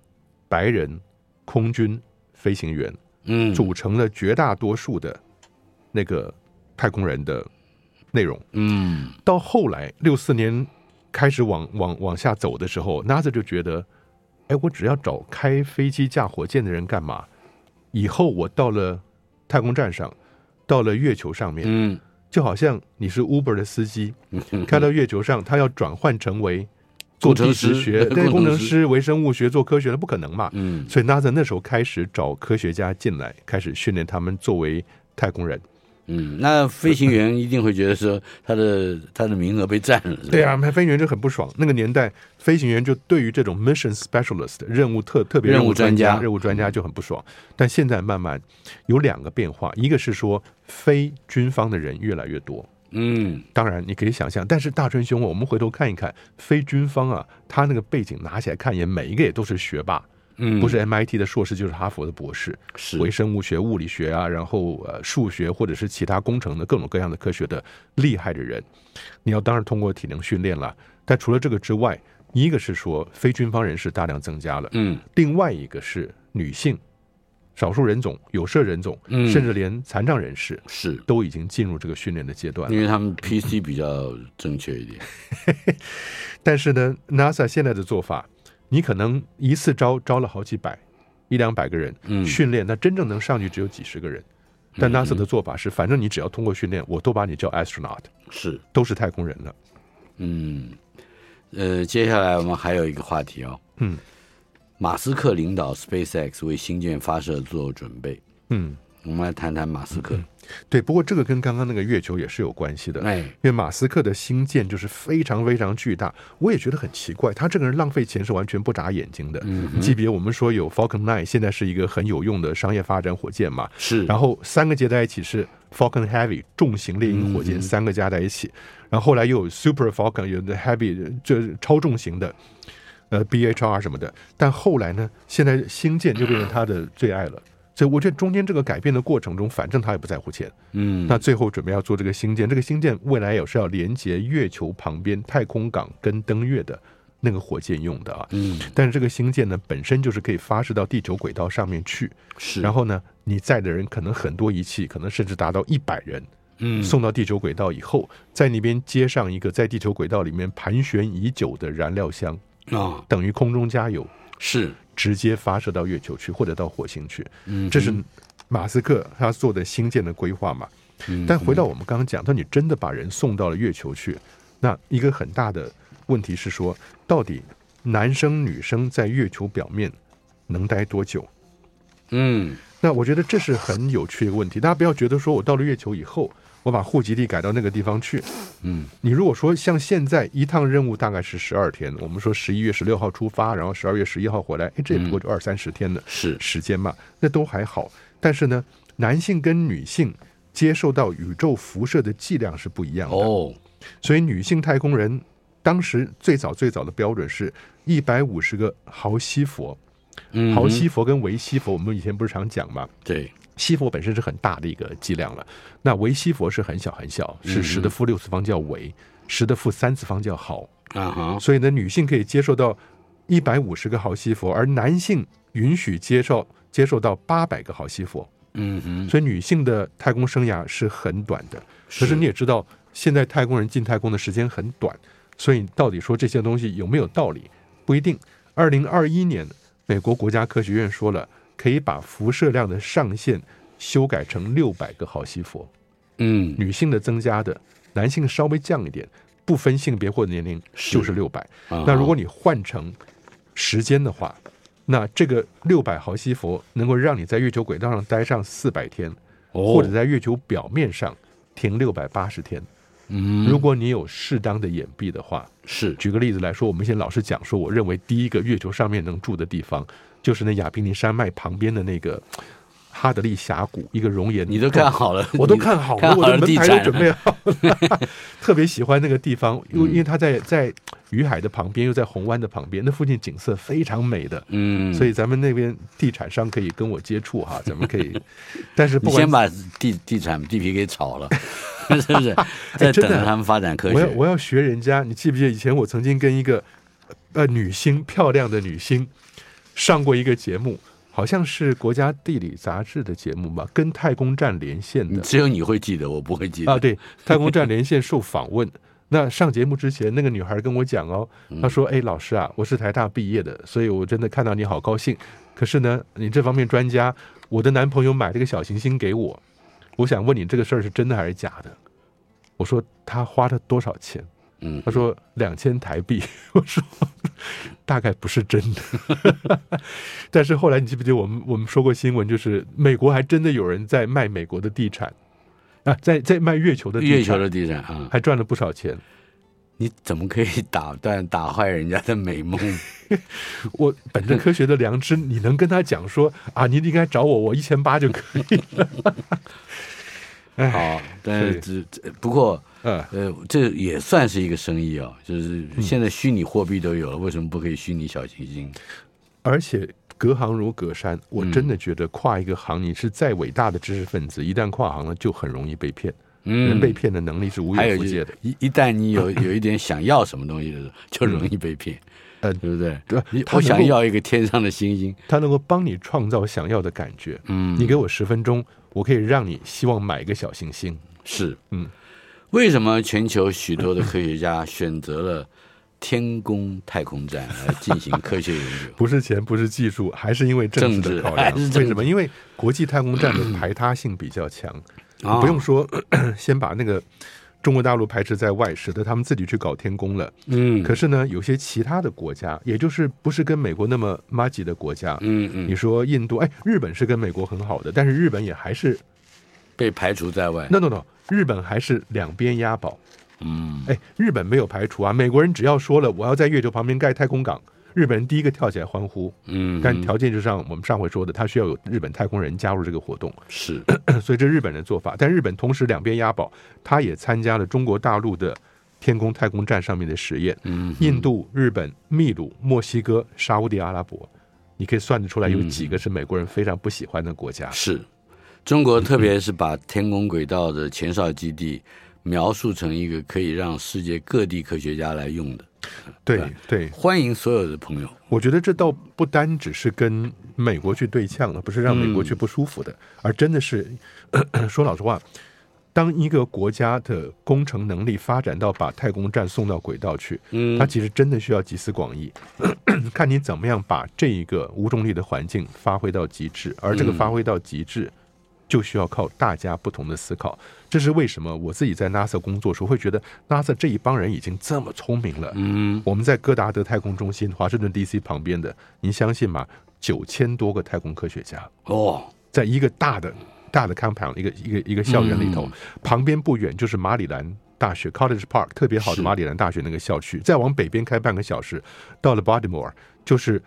C: 白人、空军飞行员
B: 嗯，
C: 组成了绝大多数的那个太空人的内容。
B: 嗯
C: 到后来六四年开始往往往下走的时候，NASA 就觉得，哎，我只要找开飞机、架火箭的人干嘛？以后我到了太空站上，到了月球上面，
B: 嗯
C: 就好像你是 Uber 的司机，
B: 嗯，
C: 开到月球上，他要转换成为做
B: 工程
C: 地质
B: 师呃
C: 学、
B: 工
C: 对
B: 程
C: 工程
B: 师
C: 师、微生物学、做科学的，不可能嘛。
B: 嗯
C: 所以 NASA 那时候开始找科学家进来，开始训练他们作为太空人。
B: 嗯，那飞行员一定会觉得说他的他的名额被占了，是吧
C: 对，啊，飞行员就很不爽。那个年代，飞行员就对于这种 mission specialist 任务特特别
B: 任务专
C: 专
B: 家
C: 任务专家就很不爽。但现在慢慢有两个变化，一个是说非军方的人越来越多。
B: 嗯
C: 当然，你可以想象，但是大川兄，我们回头看一看，非军方啊，他那个背景拿起来看一眼，每一个也都是学霸，
B: 嗯，
C: 不是 MIT 的硕士就是哈佛的博士，
B: 是
C: 微生物学、物理学啊，然后呃数学或者是其他工程的各种各样的科学的厉害的人，你要当然通过体能训练了。但除了这个之外，一个是说非军方人士大量增加了，
B: 嗯
C: 另外一个是女性、少数人种、有色人种，
B: 嗯
C: 甚至连残障人士
B: 是，
C: 都已经进入这个训练的阶段了
B: 因。为他们 PC 比较正确一点，
C: 但是呢，NASA 现在的做法，你可能一次招招了好几百、一两百个人，
B: 嗯
C: 训练，那真正能上去只有几十个人。但 NASA 的做法是，反正你只要通过训练，我都把你叫 astronaut，
B: 是
C: 都是太空人了。
B: 嗯，呃，接下来我们还有一个话题哦，
C: 嗯，
B: 马斯克领导 SpaceX 为星舰发射做准备，
C: 嗯，
B: 我们来谈谈马斯克，
C: 对。不过这个跟刚刚那个月球也是有关系的，因
B: 哎，
C: 为马斯克的星舰就是非常非常巨大，我也觉得很奇怪，他这个人浪费钱是完全不眨眼睛的。
B: 嗯
C: 级别我们说有 Falcon 9，现在是一个很有用的商业发展火箭嘛，
B: 是，
C: 然后三个接在一起是 Falcon Heavy 重型猎鹰火箭，三个加在一起，然后后来又有 Super Falcon，有的 Heavy 就是超重型的，呃 BHR 什么的。但后来呢，现在星舰就变成他的最爱了。所以我觉得中间这个改变的过程中，反正他也不在乎钱。
B: 嗯
C: 那最后准备要做这个星舰，这个星舰未来也是要连接月球旁边太空港跟登月的那个火箭用的啊。
B: 嗯
C: 但是这个星舰呢，本身就是可以发射到地球轨道上面去，
B: 是，
C: 然
B: 后
C: 后呢，你载的人可能很多仪器，可能甚至达到一百人，
B: 嗯
C: 送到地球轨道以后，在那边接上一个在地球轨道里面盘旋已久的燃料箱，
B: 啊
C: 等于空中加油，
B: 是，
C: 直接发射到月球去或者到火星去。
B: 嗯
C: 这是马斯克他做的星舰的规划嘛？
B: 嗯
C: 但回到我们刚刚讲，当你真的把人送到了月球去，那一个很大的问题是说，到底男生女生在月球表面能待多久？
B: 嗯
C: 那我觉得这是很有趣的一个问题。大家不要觉得说我到了月球以后，我把户籍地改到那个地方去。
B: 嗯，
C: 你如果说像现在一趟任务大概是十二天，我们说十一月十六号出发，然后十二月十一号回来，哎，这也
B: 嗯
C: 不过就二三十天的
B: 是，
C: 时间嘛，那都还好。但是呢，男性跟女性接受到宇宙辐射的剂量是不一样的。
B: 哦，
C: 所以女性太空人当时最早最早的标准是一百五十个毫西弗。
B: 嗯
C: 毫西弗跟维西弗，我们以前不是常讲嘛，
B: 对，
C: 西佛本身是很大的一个剂量了，那维西佛是很小很小，是十的负六次方叫维，十的负三次方叫毫，
B: 啊哈，
C: 所以呢，女性可以接受到一百五十个毫西佛，而男性允许接受接受到八百个毫西佛，
B: 嗯嗯，
C: 所以女性的太空生涯是很短的。可是你也知道，现在太空人进太空的时间很短，所以到底说这些东西有没有道理，不一定。二零二一年，美国国家科学院说了，可以把辐射量的上限修改成六百个毫西弗，
B: 嗯
C: 女性的增加的，男性稍微降一点，不分性别或年龄就是六百。
B: 啊哈
C: 那如果你换成时间的话，那这个六百毫西弗能够让你在月球轨道上待上四百天，
B: 哦
C: 或者在月球表面上停六百八十天，
B: 嗯，
C: 如果你有适当的掩蔽的话，
B: 是
C: 举个例子来说，我们现在老是讲说，我认为第一个月球上面能住的地方，就是那亚冰尼山脉旁边的那个哈德利峡谷，一个熔岩。
B: 你都看好了，
C: 我都看好
B: 看
C: 了，
B: 好
C: 我的
B: 了
C: 门
B: 地
C: 牌都
B: 产
C: 准
B: 了，
C: 备好了， 特别喜欢那个地方，
B: 嗯
C: 因为因为它在在雨海的旁边，又在红湾的旁边，那附近景色非常美的。
B: 嗯，
C: 所以咱们那边地产商可以跟我接触哈，咱们 可以，但是不
B: 你
C: 管
B: 先把地地产地皮给炒 了，是不是？再
C: 真
B: 等
C: 的
B: 着他们发展科
C: 我要
B: 学。
C: 我要学人家，你记不记得以前我曾经跟一个呃女星，漂亮的女星上过一个节目，好像是国家地理杂志的节目吧，跟太空站连线的
B: 只有你会记得，我不会记
C: 啊，
B: 得。
C: 对，太空站连线受访问。 那上节目之前，那个女孩跟我讲哦，
B: 嗯
C: 她说：“哎，老师啊，我是台大毕业的，所以我真的看到你好高兴。可是呢，你这方面专家，我的男朋友买了个小行星给我，我想问你这个事儿是真的还是假的？”我说：“他花了多少钱？”
B: 嗯
C: 他，说两千台币， 我说大概不是真的。 但是后来你记不记得我们我们说过新闻，就是美国还真的有人在卖美国的地产啊，在在卖月球的地产，
B: 月球的地产啊，
C: 还赚了不少钱。
B: 你怎么可以打断打坏人家的美梦？
C: 我本着科学的良知，你能跟他讲说啊，你应该找我，我一千八就可 以了。哎
B: 好，啊但是这这不过
C: 嗯，
B: 呃，这也算是一个生意哦，就是现在虚拟货币都有了，为什么不可以虚拟小行星？
C: 而且隔行如隔山，
B: 嗯
C: 我真的觉得跨一个行，你是再伟大的知识分子，一旦跨行了，就很容易被骗。
B: 嗯
C: 人被骗的能力是无
B: 还有
C: 远弗
B: 就
C: 届
B: 是
C: 的。
B: 一一旦你有有一点想要什么东西的时候，就容易被骗，
C: 呃
B: 对不对？
C: 对
B: 你
C: 他
B: 我
C: 能
B: 想
C: 够
B: 要一个天上的星星，
C: 它能够帮你创造想要的感觉。
B: 嗯，
C: 你给我十分钟，我可以让你希望买一个小行星。
B: 是，
C: 嗯，
B: 为什么全球许多的科学家选择了天宫太空站来进行科学研究？
C: 不是钱，不是技术，还是因为政治
B: 政治
C: 的考
B: 还
C: 量
B: 是政。治
C: 为什么？因为国际太空 站的排他性比较强，
B: 啊
C: 不用，说， 咳咳先把那个中国大陆排斥在外，使得他们自己去搞天宫了。
B: 嗯，
C: 可是呢，有些其他的国家，也就是不是跟美国那么妈吉的国家，
B: 嗯嗯，
C: 你说印度，哎，日本是跟美国很好的，但是日本也还是
B: 被排除在外。
C: no no no，日本还是两边押宝。
B: 嗯，
C: 哎，日本没有排除啊，美国人只要说了我要在月球旁边盖太空港，日本人第一个跳起来欢呼。
B: 嗯，
C: 但条件就像我们上回说的，他需要有日本太空人加入这个活动，
B: 是，
C: 所以这日本人的做法。但日本同时两边押宝，他也参加了中国大陆的天宫太空站上面的实验。
B: 嗯，
C: 印度、日本、秘鲁、墨西哥、沙乌地阿拉伯，你可以算得出来有几个是美国人非常不喜欢的国家。
B: 是，中国特别是把天宫轨道的前哨基地描述成一个可以让世界各地科学家来用的，
C: 对对，
B: 欢迎所有的朋友。
C: 我觉得这倒不单只是跟美国去对呛了，不是让美国去不舒服的，而真的是 咳咳说老实话，当一个国家的工程能力发展到把太空站送到轨道去，
B: 嗯
C: 它其实真的需要集思广益， 咳咳看你怎么样把这一个无重力的环境发挥到极致，
B: 嗯
C: 而这个发挥到极致。就需要靠大家不同的思考，这是为什么我自己在 NASA 工作的时候会觉得 NASA 这一帮人已经这么聪明了，
B: 嗯，
C: 我们在戈达德太空中心，华盛顿 D.C. 旁边的，您相信吗？九千多个太空科学家，
B: 哦，
C: 在一个大的大的 compound，一个一个一个校园里
B: 嗯
C: 头，旁边不远就是马里兰大学 College Park，特别好
B: 是
C: 的马里兰大学那个校区。再往北边开半个小时，到了 Baltimore，就是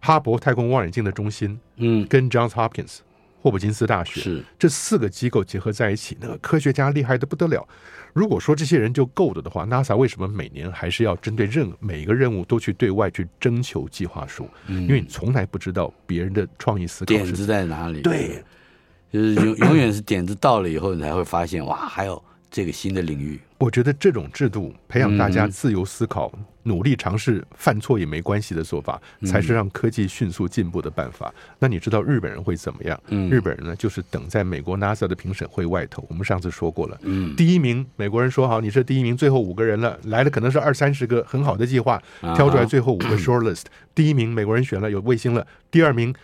C: 哈勃太空望远镜的中心，
B: 嗯，
C: 跟 Johns Hopkins 霍普金斯大学
B: 是，
C: 这四个机构结合在一起，那个科学家厉害的不得了。如果说这些人就够了的话，NASA 为什么每年还是要针对任每一个任务都去对外去征求计划书？
B: 嗯
C: 因为你从来不知道别人的创意思考
B: 点
C: 是
B: 子
C: 什么。
B: 在哪里？
C: 对，
B: 就是永 永远是点子到了以后，你才会发现哇，还有这个新的领域。
C: 我觉得这种制度培养大家
B: 嗯
C: 自由思考、努力尝试、犯错也没关系的做法，
B: 嗯
C: 才是让科技迅速进步的办法。那你知道日本人会怎么样？
B: 嗯
C: 日本人呢，就是等在美国 NASA 的评审会外头。我们上次说过了，
B: 嗯，
C: 第一名，美国人说好你是第一名，最后五个人了，来了可能是二三十个很好的计划，
B: 啊哈
C: 挑出来最后五个 short list，、第一名美国人选了有卫星了，第二名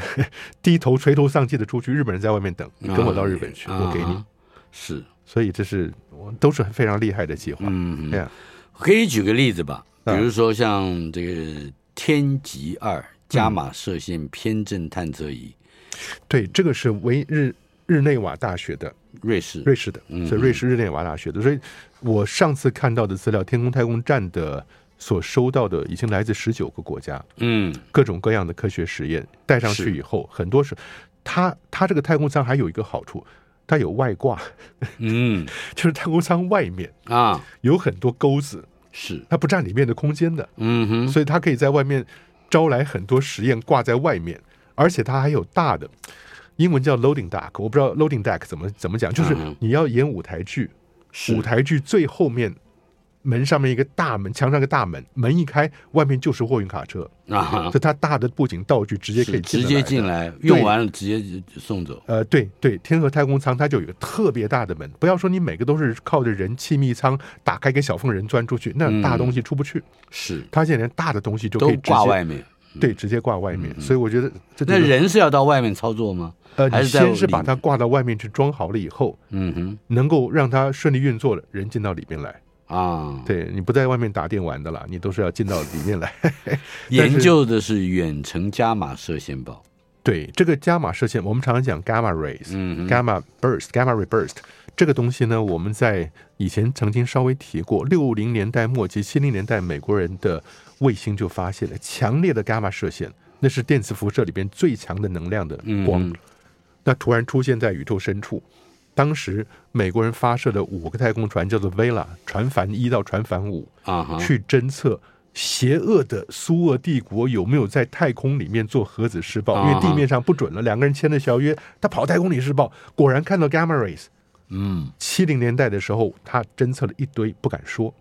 C: 低头垂头丧气的出去，日本人在外面等，你跟我到日本去，
B: 啊
C: 我给你，
B: 啊是，
C: 所以这是我都是非常厉害的计划，
B: 嗯，
C: 这样
B: 可以举个例子吧，比
C: 啊
B: 如说像这个天
C: 嗯
B: 极二伽马射线偏振探测仪，
C: 对，这个是唯日日内瓦大学的
B: 瑞士，
C: 瑞士的
B: 嗯，
C: 所以瑞士日内瓦大学的。所以我上次看到的资料，天宫太空站的所收到的已经来自十九个国家，
B: 嗯，
C: 各种各样的科学实验带上
B: 是
C: 去以后，很多是它它这个太空舱还有一个好处，它有外挂，
B: 嗯
C: 就是太空舱外面
B: 啊，
C: 有很多钩子，
B: 是，
C: 它不占里面的空间的，
B: 嗯哼，
C: 所以它可以在外面招来很多实验挂在外面，而且它还有大的。英文叫 loading deck，我不知道 loading deck 怎么怎么讲，就是
B: 嗯
C: 你要演舞台剧，
B: 是
C: 舞台剧最后面门上面一个大门，墙上一个大门，门一开，外面就是货运卡车，
B: 啊哈
C: 所以它大的布景道具直接可以
B: 是直
C: 得
B: 接
C: 来
B: 进来，用完了直接就送走，
C: 呃，对对，天河太空舱它就有一个特别大的门，不要说你每个都是靠着人气密舱打开一个小缝人钻出去，那大东西出不去。
B: 是
C: 它现在连大的东西就
B: 嗯都
C: 可以直
B: 挂
C: 接
B: 外面。
C: 对，直接挂外面。所以我觉得这
B: 嗯那
C: 地方
B: 人是要到外面操作吗？
C: 呃，
B: 还
C: 你
B: 是在
C: 先是把
B: 里
C: 它挂到外面去装好了以后，
B: 嗯
C: 能够让它顺利运作了，人进到里面来。
B: 哼啊，
C: 对你不在外面打电玩的啦，你都是要进到里面来。
B: 嗯
C: 但
B: 研
C: 是
B: 究的是远程伽马射线暴，
C: 对这个伽马射线，我们常常讲 gamma rays、
B: 嗯哼
C: gamma burst、gamma ray burst 这个东西呢，我们在以前曾经稍微提过，六零年代末期、七零年代，美国人的卫星就发现了强烈的伽马射线，那是电磁辐射里边最强的能量的
B: 嗯
C: 光。
B: 哼
C: 那突然出现在宇宙深处。当时美国人发射的五个太空船叫做 Vela 船帆一到船帆五，
B: 啊哈，
C: 去侦测邪恶的苏俄帝国有没有在太空里面做核子试爆，
B: 啊
C: 因为地面上不准了。两个人签了条约，他跑太空里试爆，果然看到 gamma rays。
B: 嗯，
C: 七零年代的时候，他侦测了一堆，不敢说。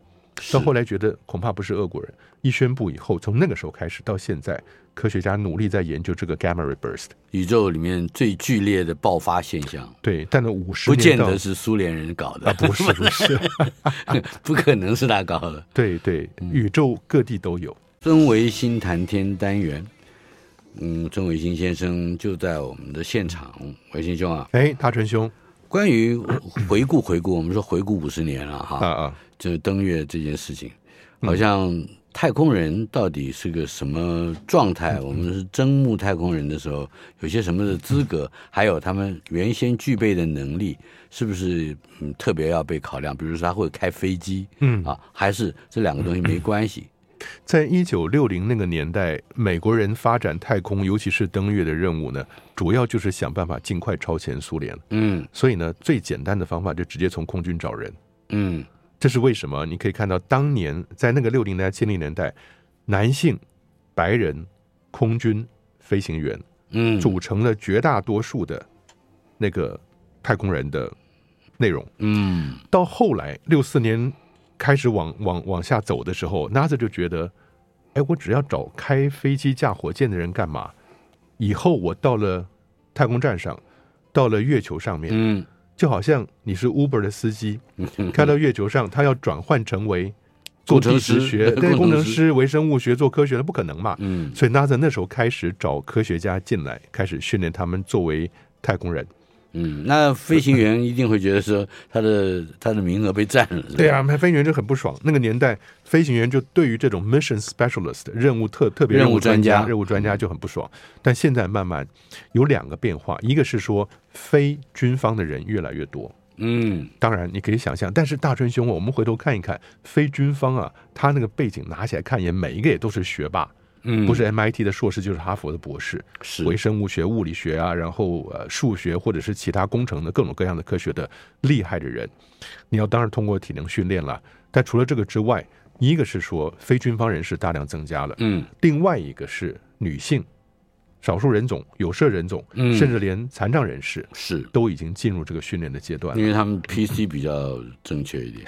B: 是
C: 到后来觉得恐怕不是俄国人，一宣布以后，从那个时候开始到现在，科学家努力在研究这个 gamma ray burst。
B: 宇宙里面最剧烈的爆发现象，
C: 对，但呢，五十
B: 不见
C: 年到
B: 得是苏联人搞的，
C: 啊，不是不是，
B: 不可能是他搞的。
C: 对对，宇宙各地都有。
B: 孙维新谈天单元，嗯，孙维新先生就在我们的现场，维新兄啊，
C: 哎，大成兄
B: 关于回顾回顾，我们说回顾五十年了哈，
C: 啊啊，
B: 就是登月这件事情，
C: 嗯
B: 好像太空人到底是个什么状
C: 嗯
B: 态？我们是征募太空人的时候，有些什么的资
C: 嗯
B: 格，还有他们原先具备的能力，是不是嗯特别要被考量？比如说他会开飞机
C: 嗯，
B: 啊，还是这两个东西没关系？
C: 在一九六零那个年代，美国人发展太空，尤其是登月的任务呢，主要就是想办法尽快超前苏联。
B: 嗯
C: 所以呢，最简单的方法就直接从空军找人。
B: 嗯
C: 这是为什么？你可以看到，当年在那个六零年代、七零年代，男性、白人、空军飞行员
B: 嗯，
C: 组成了绝大多数的那个太空人的内容。
B: 嗯
C: 到后来六四年开始往往往下走的时候，NASA 就觉得，哎，我只要找开飞机、架火箭的人干嘛？以后我到了太空站上，到了月球上面，
B: 嗯
C: 就好像你是 Uber 的司机，开到月球上，他要转换成为做
B: 工程
C: 地
B: 师
C: 质学、
B: 工程
C: 对
B: 师
C: 工程师、微生物学、做科学的，不可能嘛。
B: 嗯
C: 所以 NASA 那时候开始找科学家进来，开始训练他们作为太空人。
B: 嗯，那飞行员一定会觉得说他的他的名额被占了，是吧
C: 对，啊，飞行员就很不爽。那个年代，飞行员就对于这种 mission specialist 任务特特别
B: 任务
C: 专
B: 专家
C: 任务专家就很不爽。但现在慢慢有两个变化，一个是说非军方的人越来越多。
B: 嗯
C: 当然，你可以想象，但是大春兄，我们回头看一看，非军方啊，他那个背景拿起来看一眼，每一个也都是学霸，
B: 嗯，
C: 不是 MIT 的硕士就是哈佛的博士。
B: 是
C: 微生物学、物理学啊，然后呃数学或者是其他工程的各种各样的科学的厉害的人，你要当然通过体能训练了。但除了这个之外，一个是说非军方人士大量增加了，
B: 嗯
C: 另外一个是女性、少数人种、有色人种，
B: 嗯
C: 甚至连残障人士
B: 是。
C: 都已经进入这个训练的阶段了
B: 因。为他们 PC 比较正确一点，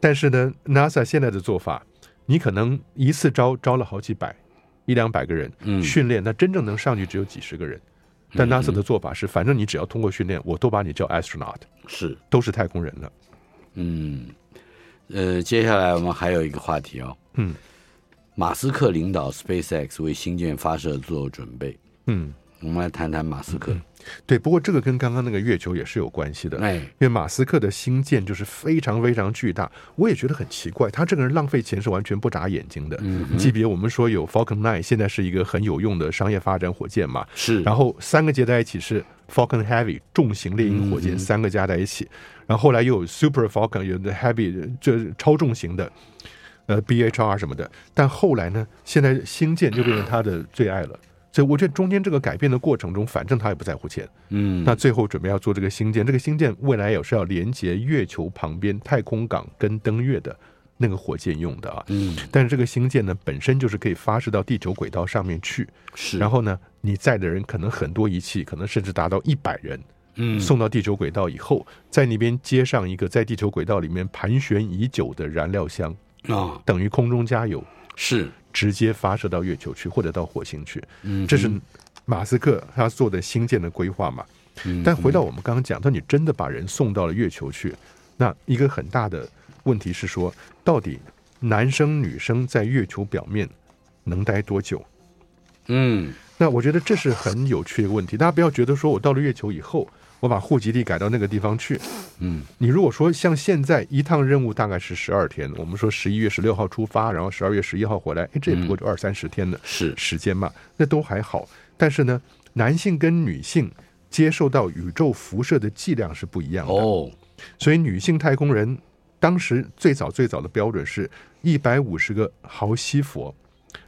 C: 但是呢，NASA 现在的做法，你可能一次招招了好几百、一两百个人，
B: 嗯
C: 训练，那真正能上去只有几十个人。但 NASA 的做法是，反正你只要通过训练，我都把你叫 astronaut，
B: 是，
C: 都是太空人了。
B: 嗯，呃，接下来我们还有一个话题哦，
C: 嗯，
B: 马斯克领导 SpaceX 为星舰发射做准备，
C: 嗯，
B: 我们来谈谈马斯克。
C: 对，不过这个跟刚刚那个月球也是有关系的，因
B: 哎，
C: 为马斯克的星舰就是非常非常巨大，我也觉得很奇怪，他这个人浪费钱是完全不眨眼睛的。
B: 嗯哼，
C: 级别我们说有 Falcon 9，现在是一个很有用的商业发展火箭嘛，
B: 是，
C: 然后三个接在一起是 Falcon Heavy 重型猎鹰火箭，三个加在一起，然后后来又有 Super Falcon，有的 Heavy 就是超重型的，呃 BHR 什么的。但后来呢，现在星舰就变成他的最爱了。所以我觉得中间这个改变的过程中，反正他也不在乎钱。
B: 嗯，
C: 那最后准备要做这个星舰，这个星舰未来也是要连接月球旁边太空港跟登月的那个火箭用的啊。
B: 嗯
C: 但是这个星舰呢，本身就是可以发射到地球轨道上面去，
B: 是，
C: 然
B: 后
C: 后呢，你载的人可能很多仪器，可能甚至达到一百人，
B: 嗯
C: 送到地球轨道以后，在那边接上一个在地球轨道里面盘旋已久的燃料箱，
B: 啊
C: 等于空中加油，
B: 是，
C: 直接发射到月球去或者到火星去。
B: 嗯，
C: 这是马斯克他做的星舰的规划嘛？
B: 嗯
C: 但回到我们刚刚讲，到你真的把人送到了月球去，那一个很大的问题是说，到底男生女生在月球表面能待多久？
B: 嗯
C: 那我觉得这是很有趣的一个问题。大家不要觉得说我到了月球以后，我把户籍地改到那个地方去。
B: 嗯，
C: 你如果说像现在一趟任务大概是十二天，我们说十一月十六号出发，然后十二月十一号回来，哎，这也不
B: 嗯
C: 过就二三十天的
B: 是，
C: 时间嘛，那都还好。但是呢，男性跟女性接受到宇宙辐射的剂量是不一样的，
B: 哦，
C: 所以女性太空人当时最早最早的标准是一百五十个毫西弗。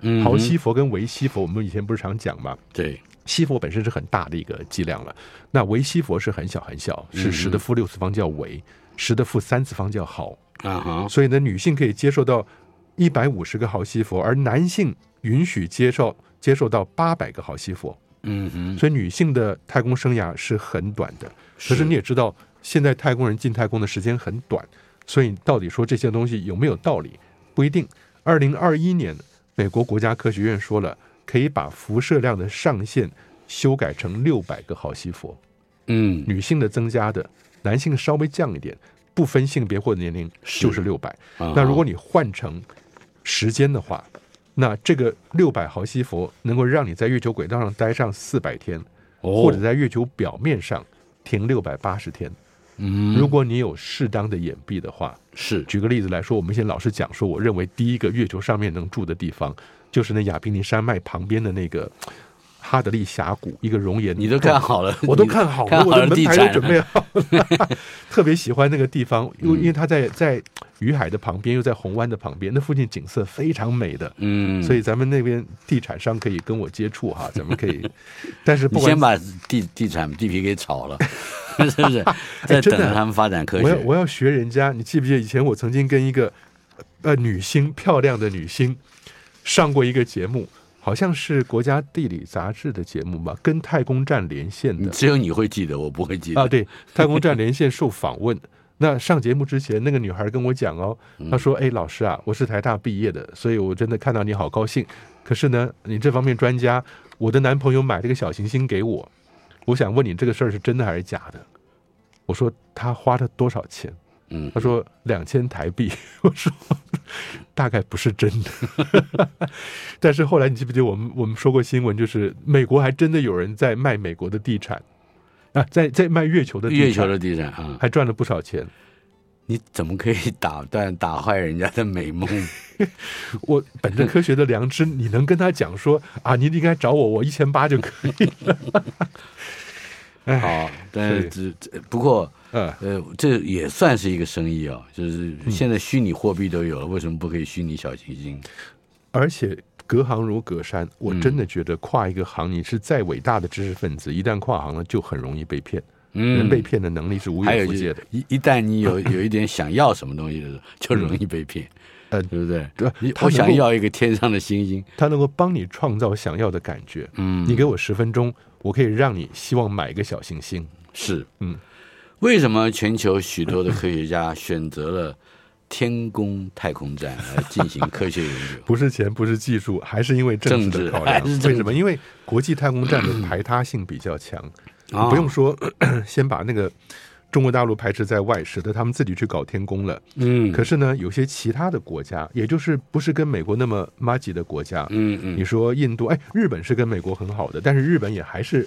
B: 嗯
C: 毫
B: 哼
C: 西弗跟维西弗，我们以前不是常讲嘛，
B: 对，
C: 西佛本身是很大的一个剂量了，那维西佛是很小很小，是十的负六次方叫维，十的负三次方叫毫，
B: 啊哈，
C: 所以呢，女性可以接受到一百五十个毫西佛，而男性允许接受接受到八百个毫西佛，
B: 嗯哼，
C: 所以女性的太空生涯是很短的。可是
B: 是
C: 你也知道，现在太空人进太空的时间很短，所以到底说这些东西有没有道理，不一定。二零二一年，美国国家科学院说了，可以把辐射量的上限修改成六百个毫西弗，
B: 嗯
C: 女性的增加的，男性稍微降一点，不分性别或年龄
B: 是
C: 就是六百。
B: 啊哈，
C: 那如果你换成时间的话，那这个六百毫西弗能够让你在月球轨道上待上四百天，或
B: 或
C: 者在月球表面上停六百八十天。
B: 嗯
C: 如果你有适当的掩蔽的话，
B: 是
C: 举个例子来说，我们现在老是讲说，我认为第一个月球上面能住的地方，就是那亚平宁山脉旁边的那个呃哈德利峡谷，一个熔岩。
B: 你都看好了，
C: 我都
B: 你
C: 看好了，
B: 看好
C: 我的
B: 了
C: 门
B: 地
C: 牌都
B: 产
C: 准
B: 了，嗯
C: 备好了， 特别喜欢那个地方，因为因为它在在雨海的旁边，又在红湾的旁边，那附近景色非常美的，
B: 嗯，
C: 所以咱们那边地产商可以跟我接触哈，咱们可 以，但是不
B: 你
C: 管
B: 先把地地产地皮给炒了， 是不是？再
C: 真
B: 等
C: 的啊
B: 着他们发展科
C: 我要
B: 学。
C: 我要学人家，你记不记得以前我曾经跟一个呃女星，漂亮的女星上过一个节目，好像是国家地理杂志的节目吧，跟太空站连线的
B: 只有你会记得，我不会记得
C: 啊，。对，太空站连线受访问。 那上节目之前，那个女孩跟我讲哦，
B: 嗯
C: 她说：“哎，老师啊，我是台大毕业的，所以我真的看到你好高兴。可是呢，你这方面专家，我的男朋友买了个小行星给我，我想问你这个事儿是真的还是假的？”我说：“他花了多少钱？”
B: 嗯
C: 他说两千台币， 我说大概不是真的。 但是后来你记不记得我们我们说过新闻，就是美国还真的有人在卖美国的地产啊，在在卖月球的地产哎
B: 月球的地产啊，
C: 还赚了不少钱。
B: 你怎么可以打断、打坏人家的美 梦？
C: 我本着科学的良知，你能跟他讲说啊，你应该找我，我一千八就可以了。哎，
B: 好，啊但是这这不过
C: 嗯，
B: 呃，这也算是一个生意哦，就是现在虚拟货币都有了，为什么不可以虚拟小行星？
C: 而且隔行如隔山，我真的
B: 嗯
C: 觉得跨一个行，你是再伟大的知识分子，一旦跨行了，就很容易被骗。
B: 嗯
C: 人被骗的能力是无
B: 还
C: 远
B: 有
C: 弗
B: 就
C: 届
B: 是
C: 的。嗯
B: 一一旦你有有一点想要什么东西的时候，就容易被骗，
C: 呃
B: 对不对？
C: 对
B: 你
C: 他
B: 我
C: 能
B: 想
C: 够
B: 要一个天上的星星，
C: 它能够帮你创造想要的感觉。
B: 嗯，
C: 你给我十分钟，我可以让你希望买一个小行星。
B: 是，
C: 嗯，
B: 为什么全球许多的科学家选择了天宫太空站来进行科学研究？
C: 不是钱，不是技术，还是因为政治的考量。
B: 政治还是政治
C: 为什么？因为国际太空站的排他性比较强，
B: 啊
C: 不用说，咳咳先把那个中国大陆排斥在外，使得他们自己去搞天宫了。
B: 嗯
C: 可是呢，有些其他的国家，也就是不是跟美国那么妈吉的国家，
B: 嗯嗯，
C: 你说印度，哎，日本是跟美国很好的，但是日本也还是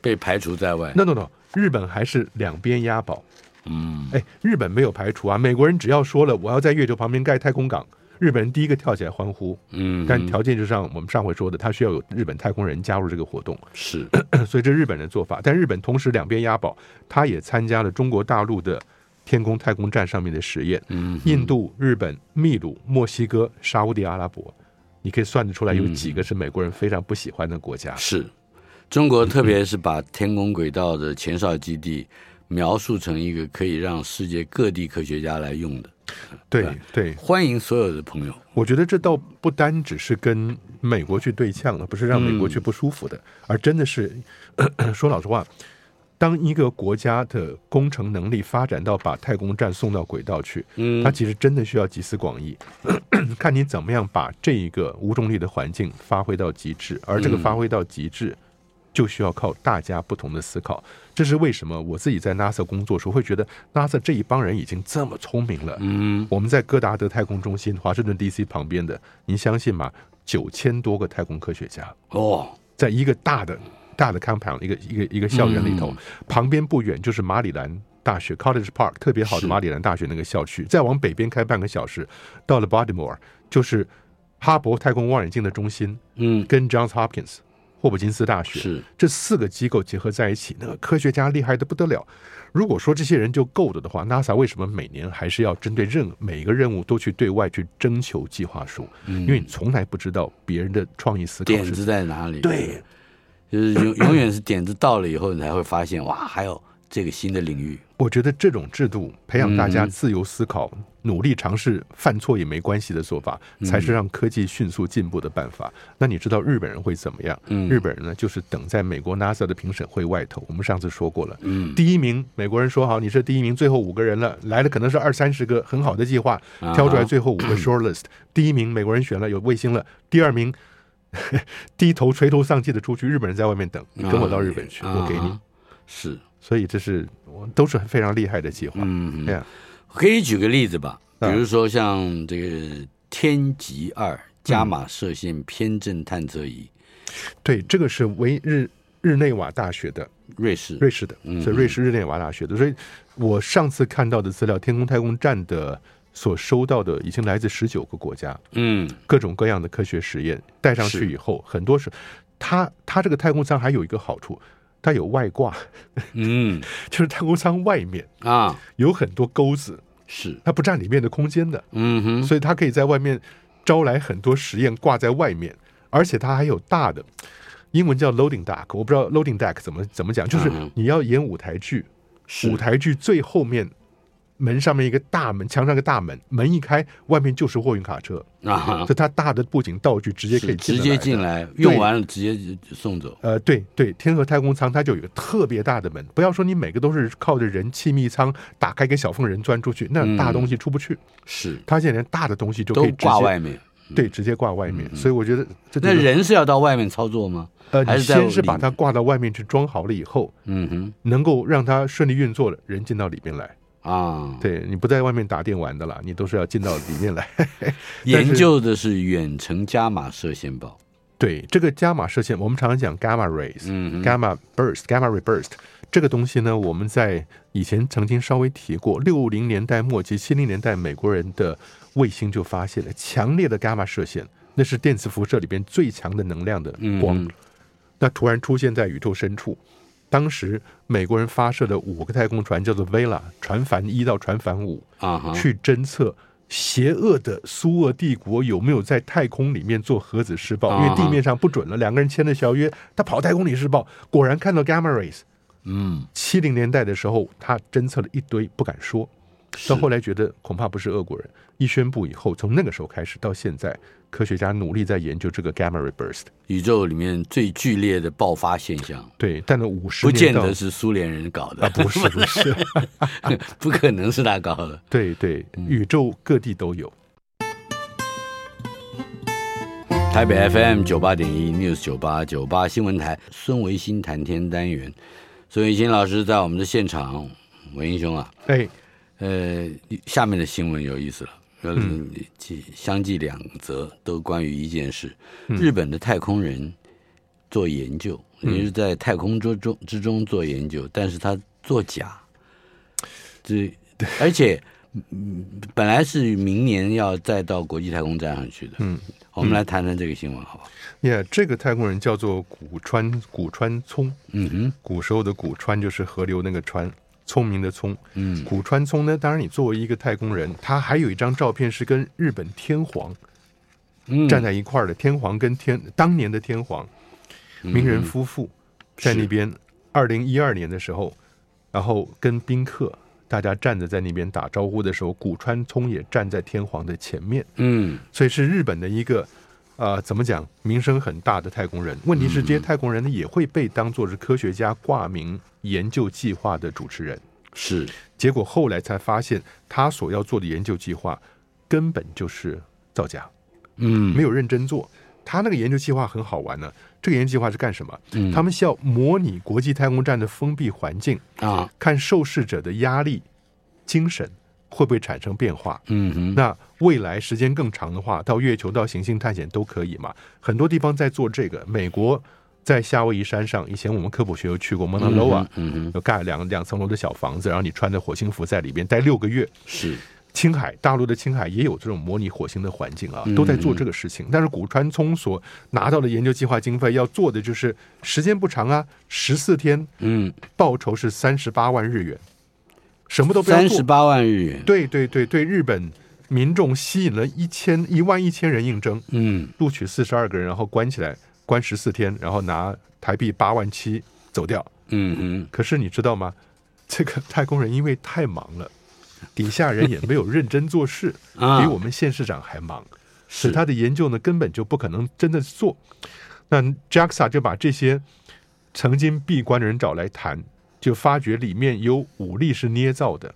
B: 被排除在外。
C: no no no，日本还是两边押宝。
B: 嗯，
C: 哎，日本没有排除啊，美国人只要说了我要在月球旁边盖太空港，日本人第一个跳起来欢呼。
B: 嗯，
C: 但条件就像我们上回说的，他需要有日本太空人加入这个活动，
B: 是
C: 所以这日本的做法。但日本同时两边押宝，他也参加了中国大陆的天宫太空站上面的实验。
B: 嗯，
C: 印度、日本、秘鲁、墨西哥、沙乌地阿拉伯，你可以算得出来有几
B: 嗯
C: 个是美国人非常不喜欢的国家。
B: 是，中国特别是把天宫轨道的前哨基地描述成一个可以让世界各地科学家来用的，
C: 对
B: 对
C: 对，
B: 欢迎所有的朋友。
C: 我觉得这倒不单只是跟美国去对呛了，不是让美国去不舒服的，而真的是 咳咳说老实话，当一个国家的工程能力发展到把太空站送到轨道去，
B: 嗯
C: 它其实真的需要集思广益， 看你怎么样把这一个无重力的环境发挥到极致，而这个发挥到极致。就需要靠大家不同的思考，这是为什么我自己在 NASA 工作时候会觉得 NASA 这一帮人已经这么聪明了，
B: 嗯，
C: 我们在戈达德太空中心，华盛顿 D.C. 旁边的，您相信吗？九千多个太空科学家，
B: 哦，
C: 在一个大的大的 compound，一个一个一个校园里头，旁边不远就是马里兰大学 College Park，特别好
B: 是
C: 的马里兰大学那个校区。再往北边开半个小时，到了 Baltimore，就是哈勃太空望远镜的中心，
B: 嗯，
C: 跟 Johns Hopkins 霍普金斯大学
B: 是，
C: 这四个机构结合在一起，那个科学家厉害的不得了。如果说这些人就够了的话，NASA 为什么每年还是要针对任每一个任务都去对外去征求计划书？因为你从来不知道别人的创意思
B: 嗯
C: 考
B: 点
C: 是
B: 子在哪里？
C: 对，
B: 就是永永远是点子到了以后，你才会发现哇，还有这个新的领域。
C: 我觉得这种制度培养大家
B: 嗯
C: 自由思考、努力尝试、犯错也没关系的做法，
B: 嗯
C: 才是让科技迅速进步的办法。那你知道日本人会怎么样？
B: 嗯
C: 日本人呢，就是等在美国 NASA 的评审会外头。我们上次说过了，
B: 嗯，
C: 第一名，美国人说好你是第一名，最后五个人了，来的可能是二三十个很好的计划，
B: 啊
C: 挑出来最后五个 short list，、第一名美国人选了有卫星了，第二名 低头垂头丧气的出去，日本人在外面等，你跟我到日本去，
B: 啊
C: 我给你
B: 啊。是，
C: 所以这是我都是非常厉害的计划。
B: 嗯，
C: 这样
B: 可以举个例子吧，比
C: 啊
B: 如说像这个天极二
C: 嗯
B: 伽马射线偏振探测仪，
C: 对，这个是唯日日内瓦大学的
B: 瑞士，
C: 瑞士的
B: 嗯，
C: 所以瑞士日内瓦大学的。所以我上次看到的资料，天空太空站的所收到的已经来自十九个国家。
B: 嗯，
C: 各种各样的科学实验带上
B: 是
C: 去以后，很多是它它这个太空舱还有一个好处，它有外挂，
B: 嗯
C: 就是太空舱外面
B: 啊，
C: 有很多钩子，
B: 是，
C: 它不占里面的空间的，
B: 嗯哼，
C: 所以它可以在外面招来很多实验挂在外面，而且它还有大的。英文叫 loading deck，我不知道 loading deck 怎么怎么讲，就是
B: 嗯
C: 你要演舞台剧，
B: 是
C: 舞台剧最后面门上面一个大门，墙上一个大门，门一开，外面就是货运卡车，
B: 啊哈
C: 所以它大的布景道具直接可以
B: 是直
C: 得
B: 接
C: 来
B: 进来，用完了直接就送走，
C: 呃，对对，天河太空舱它就有一个特别大的门，不要说你每个都是靠着人气密舱打开一个小缝人钻出去，那大东西出不去。
B: 是
C: 它现在连大的东西就
B: 嗯
C: 可
B: 都
C: 以直
B: 挂
C: 接
B: 外面。
C: 对直接挂外面，所以我觉得这
B: 那
C: 就是
B: 人是要到外面操作吗？
C: 呃，
B: 还
C: 你
B: 是在
C: 先是把
B: 里
C: 它挂到外面去装好了以后，
B: 嗯
C: 能够让它顺利运作了，人进到里面来。
B: 哼啊，
C: 对你不在外面打电玩的啦，你都是要进到里面来。 但
B: 研
C: 是
B: 究的是远程伽马射线暴，
C: 对这个伽马射线，我们常常讲 gamma rays，、
B: 嗯哼，
C: gamma burst、gamma ray burst 这个东西呢，我们在以前曾经稍微提过，六零年代末期、七零年代，美国人的卫星就发现了强烈的伽马射线，那是电磁辐射里边最强的能量的光，
B: 嗯
C: 那突然出现在宇宙深处。当时美国人发射的五个太空船叫做 Vela 船帆一到船帆五，
B: 啊哈，
C: 去侦测邪恶的苏俄帝国有没有在太空里面做核子试爆，因
B: 啊
C: 为地面上不准了。两个人签的条约，他跑太空里试爆，果然看到 gamma rays。
B: 嗯，
C: 七零年代的时候，他侦测了一堆，不敢说。
B: 是
C: 到后来觉得恐怕不是俄国人，一宣布以后，从那个时候开始到现在，科学家努力在研究这个 gamma ray burst。
B: 宇宙里面最剧烈的爆发现象。
C: 对，但呢五十
B: 不见
C: 年到
B: 得是苏联人搞 的，
C: 啊，不是不是，
B: 不可能是他搞的。
C: 对对，
B: 嗯
C: 宇宙各地都有。
B: 台北 FM 九八点一 News 九八九八新闻台，孙维新谈天单元，孙维新老师在我们的现场，文英兄啊，
C: 哎，
B: 呃，下面的新闻有意思了，呃
C: 嗯
B: 几相继两则都关于一件事：
C: 嗯
B: 日本的太空人做研究，
C: 嗯
B: 也是在太空之中之中做研究，但是他作假，这而且。嗯，本来是明年要再到国际太空站上去的。
C: 嗯，
B: 我们来谈谈这个新闻，好不好？
C: 耶，这个太空人叫做古川古川聪，
B: 嗯哼，
C: 古时候的古川就是河流那个川，聪明的聪。
B: 嗯
C: 古川聪呢，当然你作为一个太空人，他还有一张照片是跟日本天皇
B: 嗯，
C: 站在一块儿的，天皇跟天当年的天皇
B: 嗯
C: 名人夫妇在那边，二零一二年的时候，然后跟宾客大家站着在那边打招呼的时候，古川聪也站在天皇的前面。
B: 嗯，
C: 所以是日本的一个呃，怎么讲，名声很大的太空人。问题
B: 嗯
C: 是，这些太空人呢也会被当作是科学家挂名研究计划的主持人。
B: 是
C: 结果后来才发现，他所要做的研究计划根本就是造假，
B: 嗯
C: 没有认真做。他那个研究计划很好玩呢。这个研究计划是干什么？
B: 嗯
C: 他们是要模拟国际太空站的封闭环境，
B: 啊，
C: 看受试者的压力、精神会不会产生变化。
B: 嗯哼，
C: 那未来时间更长的话，到月球、到行星探险都可以嘛？很多地方在做这个。美国在夏威夷山上，以前我们科普学有去过蒙纳
B: 嗯哼
C: 罗瓦，
B: 嗯哼，
C: 有盖两两层楼的小房子，然后你穿着火星服在里边待六个月。
B: 是
C: 青海，大陆的青海也有这种模拟火星的环境
B: 嗯
C: 啊，都在做这个事情。但是古川聪所拿到的研究计划经费要做的就是时间不长啊，十四天，
B: 嗯，
C: 报酬是三十八万日元，什么都不要
B: 三
C: 做
B: 十。八万日元，
C: 对对对对，日本民众吸引了一千一万一千人应征，
B: 嗯
C: 录取四十二个人，然后关起来关十四天，然后拿台币八万七走掉。
B: 嗯
C: 可是你知道吗？这个 太空人因为太忙了，底下人也没有认真做事，
B: 哼，啊，
C: 比我们县市长还忙，
B: 是
C: 使他的研究呢根本就不可能真的做。那 JAXA 就把这些曾经闭关的人找来谈，就发觉里面有五例是捏造的。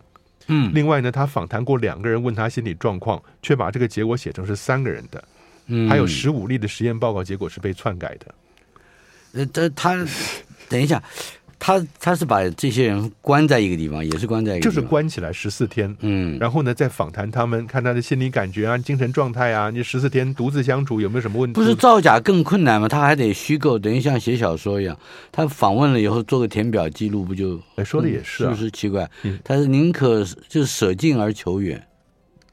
B: 嗯
C: 另外呢，他访谈过两个人，问他心理状况，却把这个结果写成是三个人的，
B: 嗯，
C: 还有十五例的实验报告结果是被篡改的。
B: 呃，
C: 嗯
B: 这他等一下，他他是把这些人关在一个地方，也是关在一个
C: 就
B: 地方，
C: 是，关起来十四天，
B: 嗯
C: 然后呢再访谈他们，看他的心理感觉啊、精神状态啊，你十四天独自相处有没有什么问题？
B: 不是造假更困难吗？他还得虚构，等于像写小说一样。他访问了以后做个填表记录，不就嗯
C: 哎说的也是
B: 是
C: 啊
B: 不是奇怪
C: 嗯？
B: 他是宁可就是舍近而求远。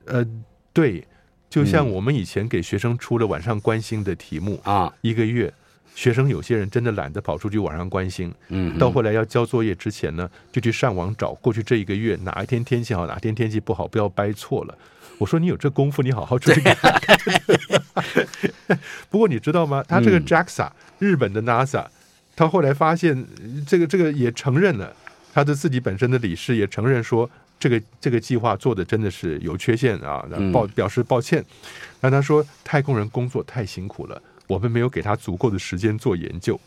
C: 呃，对，就
B: 嗯
C: 像我们以前给学生出了晚上关心的题目，
B: 啊，
C: 一个月。学生有些人真的懒得跑出去晚上关心，
B: 嗯，
C: 到后来要交作业之前呢，就去上网找过去这一个月哪一天天气好，哪天天气不好，不要掰错了。我说你有这功夫，你好好出去看。 不过你知道吗？他这个
B: 嗯
C: JAXA、日本的 NASA，他后来发现呃这个这个也承认了，他的自己本身的理事也承认说。这个这个计划做的真的是有缺陷啊，然后抱表示抱歉。那他说太空人工作太辛苦了，我们没有给他足够的时间做研究。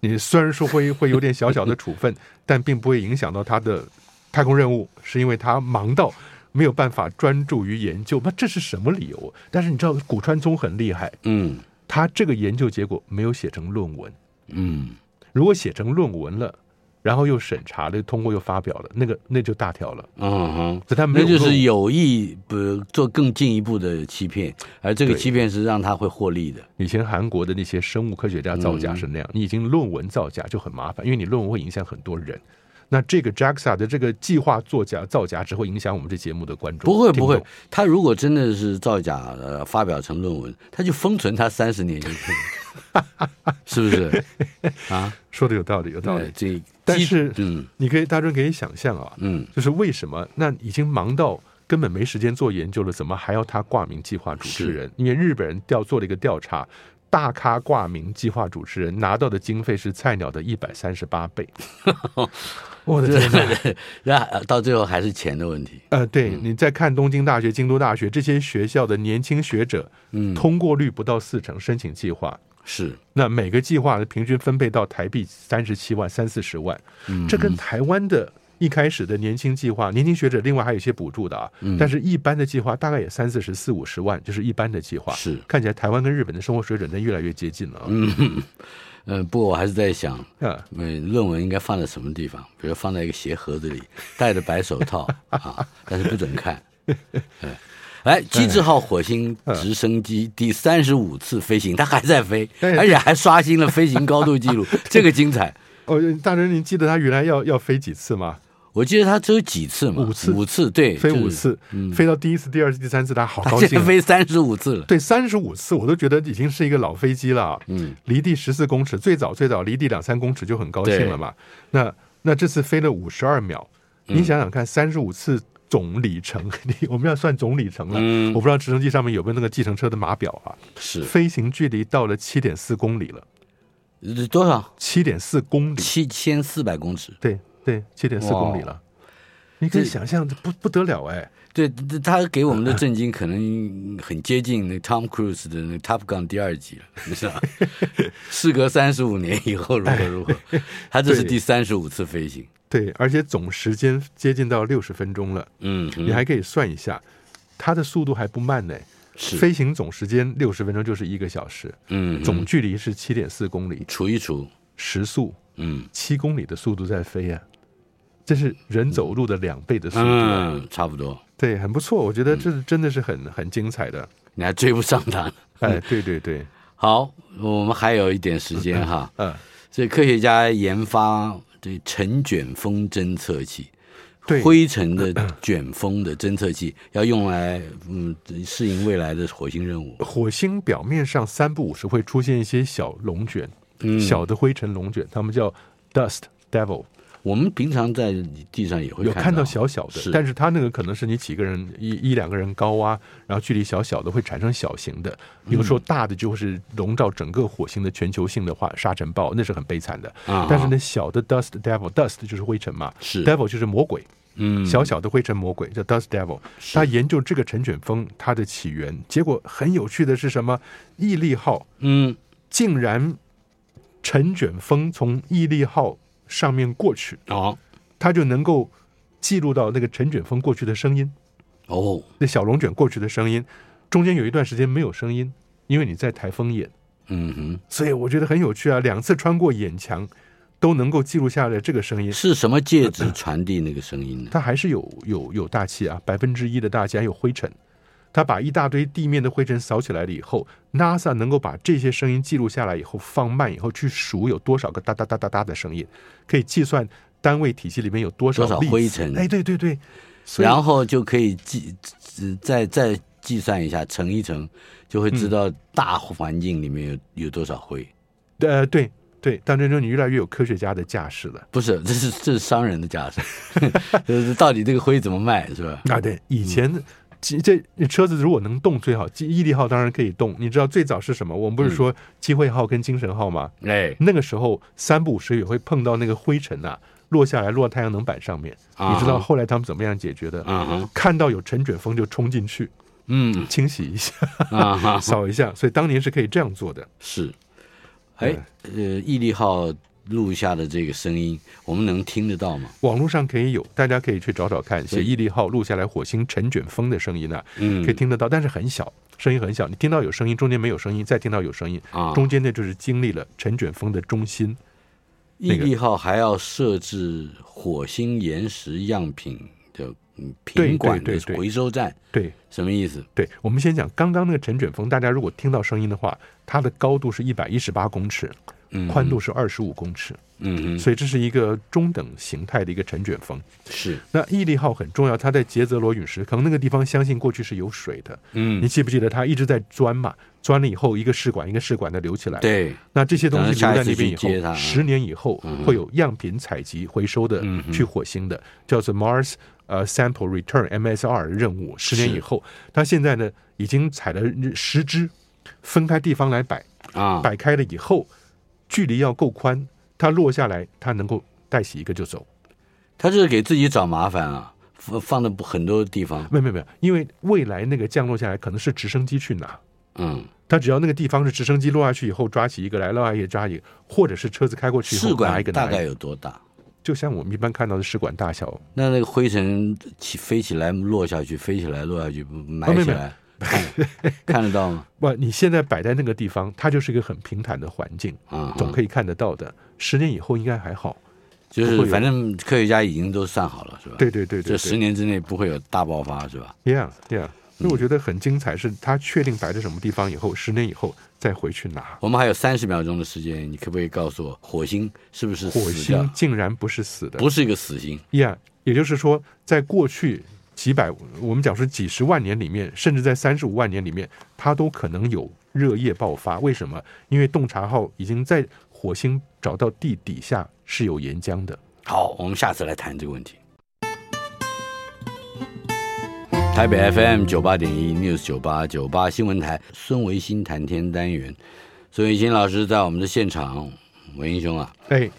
C: 你虽然说会会有点小小的处分，但并不会影响到他的太空任务，是因为他忙到没有办法专注于研究。那这是什么理由？但是你知道古川聪很厉害，
B: 嗯
C: 他这个研究结果没有写成论文。
B: 嗯
C: 如果写成论文了，然后又审查了、通过又发表了，那个那就大条了。
B: 嗯哼。
C: 所以他
B: 那
C: 没有
B: 就
C: 论
B: 是
C: 文
B: 有意不做更进一步的欺骗，而这个
C: 对
B: 欺骗是让他会获利的。
C: 以前韩国的那些生物科学家造假是那样，你已经论文造假就很麻烦，因为你论文会影响很多人。那这个 JAXA 的这个计划作假造假，只会影响我们这节目的观众。
B: 不会
C: 听
B: 不
C: 众
B: 会，他如果真的是造假，呃，发表成论文，他就封存他三十年就可以 了，是不是？啊，
C: 说的有道理，有道
B: 对，
C: 理。
B: 这，
C: 但是
B: 嗯
C: 你可以，大众可以想象啊，
B: 嗯，
C: 就是为什么那已经忙到根本没时间做研究了，怎么还要他挂名计划主持人？因为日本人调做了一个调查，大咖挂名计划主持人拿到的经费是菜鸟的一百三十八倍。 我的
B: 对
C: 天哪！
B: 对对，然后呃到最后还是钱的问题。
C: 呃，对，你在看东京大学、京都大学这些学校的年轻学者，
B: 嗯，
C: 通过率不到四成申请计划，
B: 是，
C: 那每
B: 嗯
C: 个计划平均分配到台币三十七万、三四十万，这跟台湾的一开始的年轻计划，年轻学者另外还有一些补助的啊，
B: 嗯
C: 但是一般的计划大概也三四十、四五十万，就是一般的计划。
B: 是
C: 看起来台湾跟日本的生活水准真越来越接近了啊。
B: 嗯，不过我还是在想，
C: 嗯
B: 嗯，论文应该放在什么地方？比如放在一个鞋盒子 里，戴着白手套啊，但是不准看。对，来，机智号火星直升机第三十五次飞行，它还在飞，
C: 但是
B: 而且还刷新了飞行高度记 录，这个精彩。
C: 哦，大人，您记得他原来要要飞几次吗？
B: 我记得它只有几次嘛，
C: 五次
B: 五次，对，
C: 飞
B: 就是嗯
C: 五，次，飞到第一次、第二次、第三次，他好
B: 它
C: 高
B: 现
C: 兴
B: 在
C: 啊。
B: 飞三十五次了。
C: 对，三十五次我都觉得已经是一个老飞机了。嗯，离地十四公尺，最早最早离地两三公尺就很高兴了嘛。那那这次飞了五十二秒，
B: 嗯
C: 你想想看，三十五次总里程， 你我们要算总里程了。
B: 嗯
C: 我不知道直升机上面有没有那个计程车的码表啊？
B: 是
C: 飞行距离到了七点四公里了，
B: 呃多少？
C: 七点四公里，
B: 七千四百公尺。
C: 对对，七点四公里了。你可以
B: 这
C: 想象，这不不得了哎！
B: 对，这他给我们的震惊可能很接近那 Tom Cruise 的那《Top Gun》第二集了，你知道 吧？事隔三十五年以后，如何如何？
C: 哎
B: 他这是第三十五次飞行。
C: 对，而且总时间接近到六十分钟了，
B: 嗯哼，
C: 你还可以算一下，它的速度还不慢呢。
B: 是
C: 飞行总时间六十分钟就是一个小时，
B: 嗯
C: 总距离是七点四公里，
B: 除一除，
C: 时速
B: 嗯
C: 七公里的速度在飞呀、这是人走路的两倍的速度啊、
B: 嗯，差不多，
C: 对，很不错，我觉得这是真的是很很精彩的。
B: 你还追不上他。
C: 哎，对对对，
B: 好，我们还有一点时间哈。
C: 嗯，
B: 所以科学家研发这尘卷风侦测器，
C: 对
B: 灰尘的卷风的侦测器，要用来嗯适应未来的火星任务。
C: 火星表面上三不五时会出现一些小龙卷，
B: 嗯
C: 小的灰尘龙卷，他们叫 dust devil，
B: 我们平常在地上也会
C: 有看
B: 到
C: 到小小的，
B: 是
C: 但是它那个可能是你几个人一一两个人高啊，然后距离小小的会产生小型的，
B: 嗯
C: 有时候大的就是笼罩整个火星的全球性的话沙尘暴，那是很悲惨的。
B: 啊
C: 但是呢，小的 dust devil，dust 就是灰尘嘛，
B: 是
C: devil 就是魔鬼，
B: 嗯
C: 小小的灰尘魔鬼叫 dust devil。他研究这个尘卷风它的起源，结果很有趣的是什么？毅力号
B: 嗯
C: 竟然尘卷风从毅力号上面过去。
B: 哦
C: 它就能够记录到那个陈卷风过去的声音，
B: 哦
C: 那小龙卷过去的声音。中间有一段时间没有声音，因为你在台风眼，
B: 嗯哼，
C: 所以我觉得很有趣啊。两次穿过眼墙，都能够记录下来这个声音。
B: 是什么介质传递那个声音 呢？
C: 它还是有有有大气啊，百分之一的大气还有灰尘。它把一大堆地面的灰尘扫起来了以后，NASA 能够把这些声音记录下来以后，放慢以后去数有多少个哒哒哒哒哒的声音，可以计算单位体系里面有多少
B: 多少
C: 粒子
B: 灰尘
C: 哎，对对对，所以
B: 然后就可以计呃再再计算一下，乘一乘，就会知道
C: 嗯
B: 大环境里面有有多少灰。
C: 呃，对对，当真正你越来越有科学家的架势了。
B: 不是， 这是这是商人的架势， 就是到底这个灰怎么卖是吧？
C: 啊，对，
B: 嗯
C: 以前这这车子如果能动最好，机毅力号当然可以动。你知道最早是什么？我们不
B: 嗯
C: 是说机会号跟精神号吗？
B: 哎，
C: 那个时候三不五时也会碰到那个灰尘呐、啊落下来落太阳能板上面。
B: 啊
C: 你知道后来他们怎么样解决的？
B: 啊哈，
C: 看到有尘卷风就冲进去
B: 嗯
C: 清洗一下、
B: 啊哈，
C: 扫一下，所以当年是可以这样做的。
B: 是，哎，
C: 嗯
B: 呃，毅力号录下的这个声音，我们能听得到吗？
C: 网络上可以有，大家可以去找找看，写
B: 对
C: 毅力号录下来火星尘卷风的声音啊，
B: 嗯
C: 可以听得到，但是很小，声音很小。你听到有声音，中间没有声音，再听到有声音，
B: 啊，
C: 中间那就是经历了尘卷风的中心。
B: 毅力号还要设置火星岩石样品的嗯
C: 对
B: 品管
C: 对
B: 的
C: 对对
B: 回收站，
C: 对
B: 什么意思？
C: 对，我们先讲刚刚那个尘卷风，大家如果听到声音的话，它的高度是一百一十八公尺，
B: 嗯，
C: 宽度是二十五公尺，
B: 嗯哼，
C: 所以这是一个中等形态的一个尘卷风。
B: 是，
C: 那毅力号很重要，它在杰泽罗陨石坑那个地方，相信过去是有水的。你
B: 嗯，
C: 记不记得它一直在钻嘛？钻了以后，一个试管一个试管的流起来。
B: 对，
C: 那这些东西留在那边以
B: 下一次去接嗯它
C: 后，十年以后会有样品采集回收的
B: 嗯
C: 去火星的，叫做 Mars 呃 Sample Return MSR 的任务。十年以后，它现在呢已经采了十只，分开地方来摆，
B: 啊，
C: 摆开了以后，距离要够宽，它落下来它能够带起一个就走。
B: 他这是给自己找麻烦啊，放放的很多地方，
C: 没有没有没有，因为未来那个降落下来可能是直升机去拿。
B: 嗯，
C: 它只要那个地方是直升机落下去以后抓起一个来，落下一个抓一个，或者是车子开过去以
B: 试
C: 后拿
B: 管
C: 一个拿
B: 大
C: 一个
B: 概有多大？
C: 就像我们一般看到的试管大小，
B: 那那个灰尘起飞起来落下去，飞起来落下去，埋
C: 哦没有
B: 起来，看看得到吗？
C: 不，你现在摆在那个地方，它就是一个很平坦的环境，
B: 啊、
C: 总可以看得到的。十年以后应该还好。
B: 就是
C: 会有
B: 反正科学家已经都算好了，是吧？
C: 对对对对
B: 这十嗯
C: 对
B: 年之内不会有大爆发，是吧？
C: ，Yeah Yeah。所以我觉得很精彩，是它确定摆在什么地方以后，十年以后再回去拿。
B: 我们还有三十秒钟的时间，你可不可以告诉我，火星是不是
C: 火
B: 死掉
C: 星？竟然不是死的，
B: 不是一个死星，
C: 呀也就是说，在过去几百，我们讲说几十万年里面，甚至在三十五万年里面，它都可能有热液爆发。为什么？因为洞察号已经在火星找到地底下是有岩浆的。
B: 好，我们下次来谈这个问题。台北 FM 九八点一 News 九八九八新闻台，孙维新谈天单元，孙维新老师在我们的现场，文英兄啊，
C: 哎，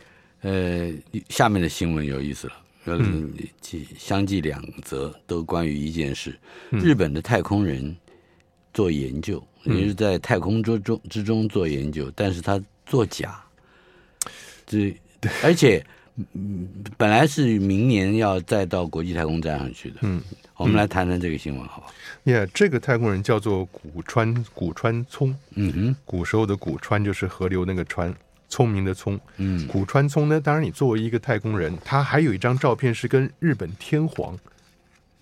B: 呃，下面的新闻有意思了，呃，
C: 嗯
B: 继相继两则都关于一件事，日本的太空人做研究，也就是在太空之中之中做研究，但是他作假，这而且。嗯，本来是明年要再到国际太空站上去的。
C: 嗯，
B: 我们来谈谈这个新闻，好吧？
C: 呀，这个太空人叫做古川古川聪，
B: 嗯哼，
C: 古时候的古川就是河流那个川，聪明的聪。
B: 嗯，
C: 古川聪呢，当然你作为一个太空人，他还有一张照片是跟日本天皇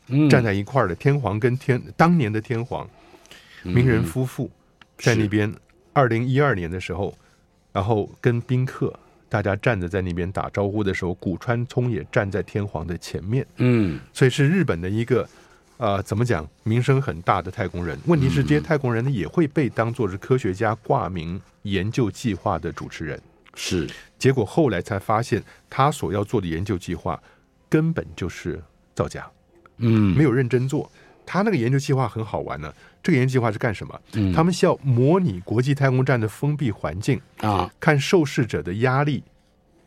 B: 嗯
C: 站在一块儿的天皇跟天当年的天皇
B: 嗯
C: 名人夫妇在那边，二零一二年的时候，然后跟宾客大家站着在那边打招呼的时候，古川聪也站在天皇的前面，
B: 嗯，
C: 所以是日本的一个。呃，怎么讲？名声很大的太空人，问题是这些太空人呢，也会被当作是科学家挂名研究计划的主持人。
B: 是
C: 结果后来才发现，他所要做的研究计划根本就是造假。
B: 嗯
C: 没有认真做。他那个研究计划很好玩呢。这个研究计划是干什么？他们是要模拟国际太空站的封闭环境，
B: 啊，
C: 看受试者的压力、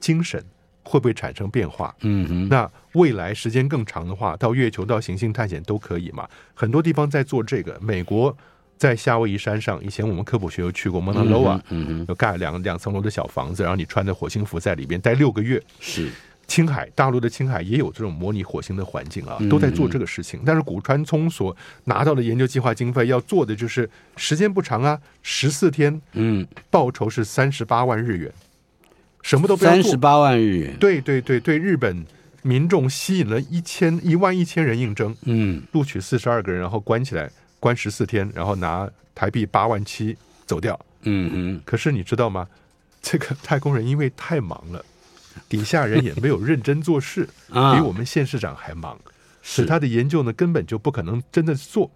C: 精神会不会产生变化。
B: 嗯哼，
C: 那未来时间更长的话，到月球、到行星探险都可以嘛。很多地方在做这个。美国在夏威夷山上，以前我们科普学有去过蒙纳罗瓦，
B: 嗯哼，
C: 有盖两两层楼的小房子，然后你穿着火星服在里边待六个月，
B: 是
C: 青海，大陆的青海也有这种模拟火星的环境
B: 嗯
C: 啊，都在做这个事情。但是古川聪所拿到的研究计划经费要做的就是时间不长啊，十四天，
B: 嗯，
C: 报酬是三十八万日元，什么都不
B: 嗯
C: 要
B: 三
C: 做
B: 十。八万日元，
C: 对对对对，日本民众吸引了一千一万一千人应征，
B: 嗯，
C: 录取四十二个人，然后关起来关十四天，然后拿台币八万七走掉。
B: 嗯
C: 可是你知道吗？这个太空人因为太忙了，底下人也没有认真做事。
B: 哼， 啊，
C: 比我们县市长还忙，
B: 是
C: 他的研究呢根本就不可能真的做。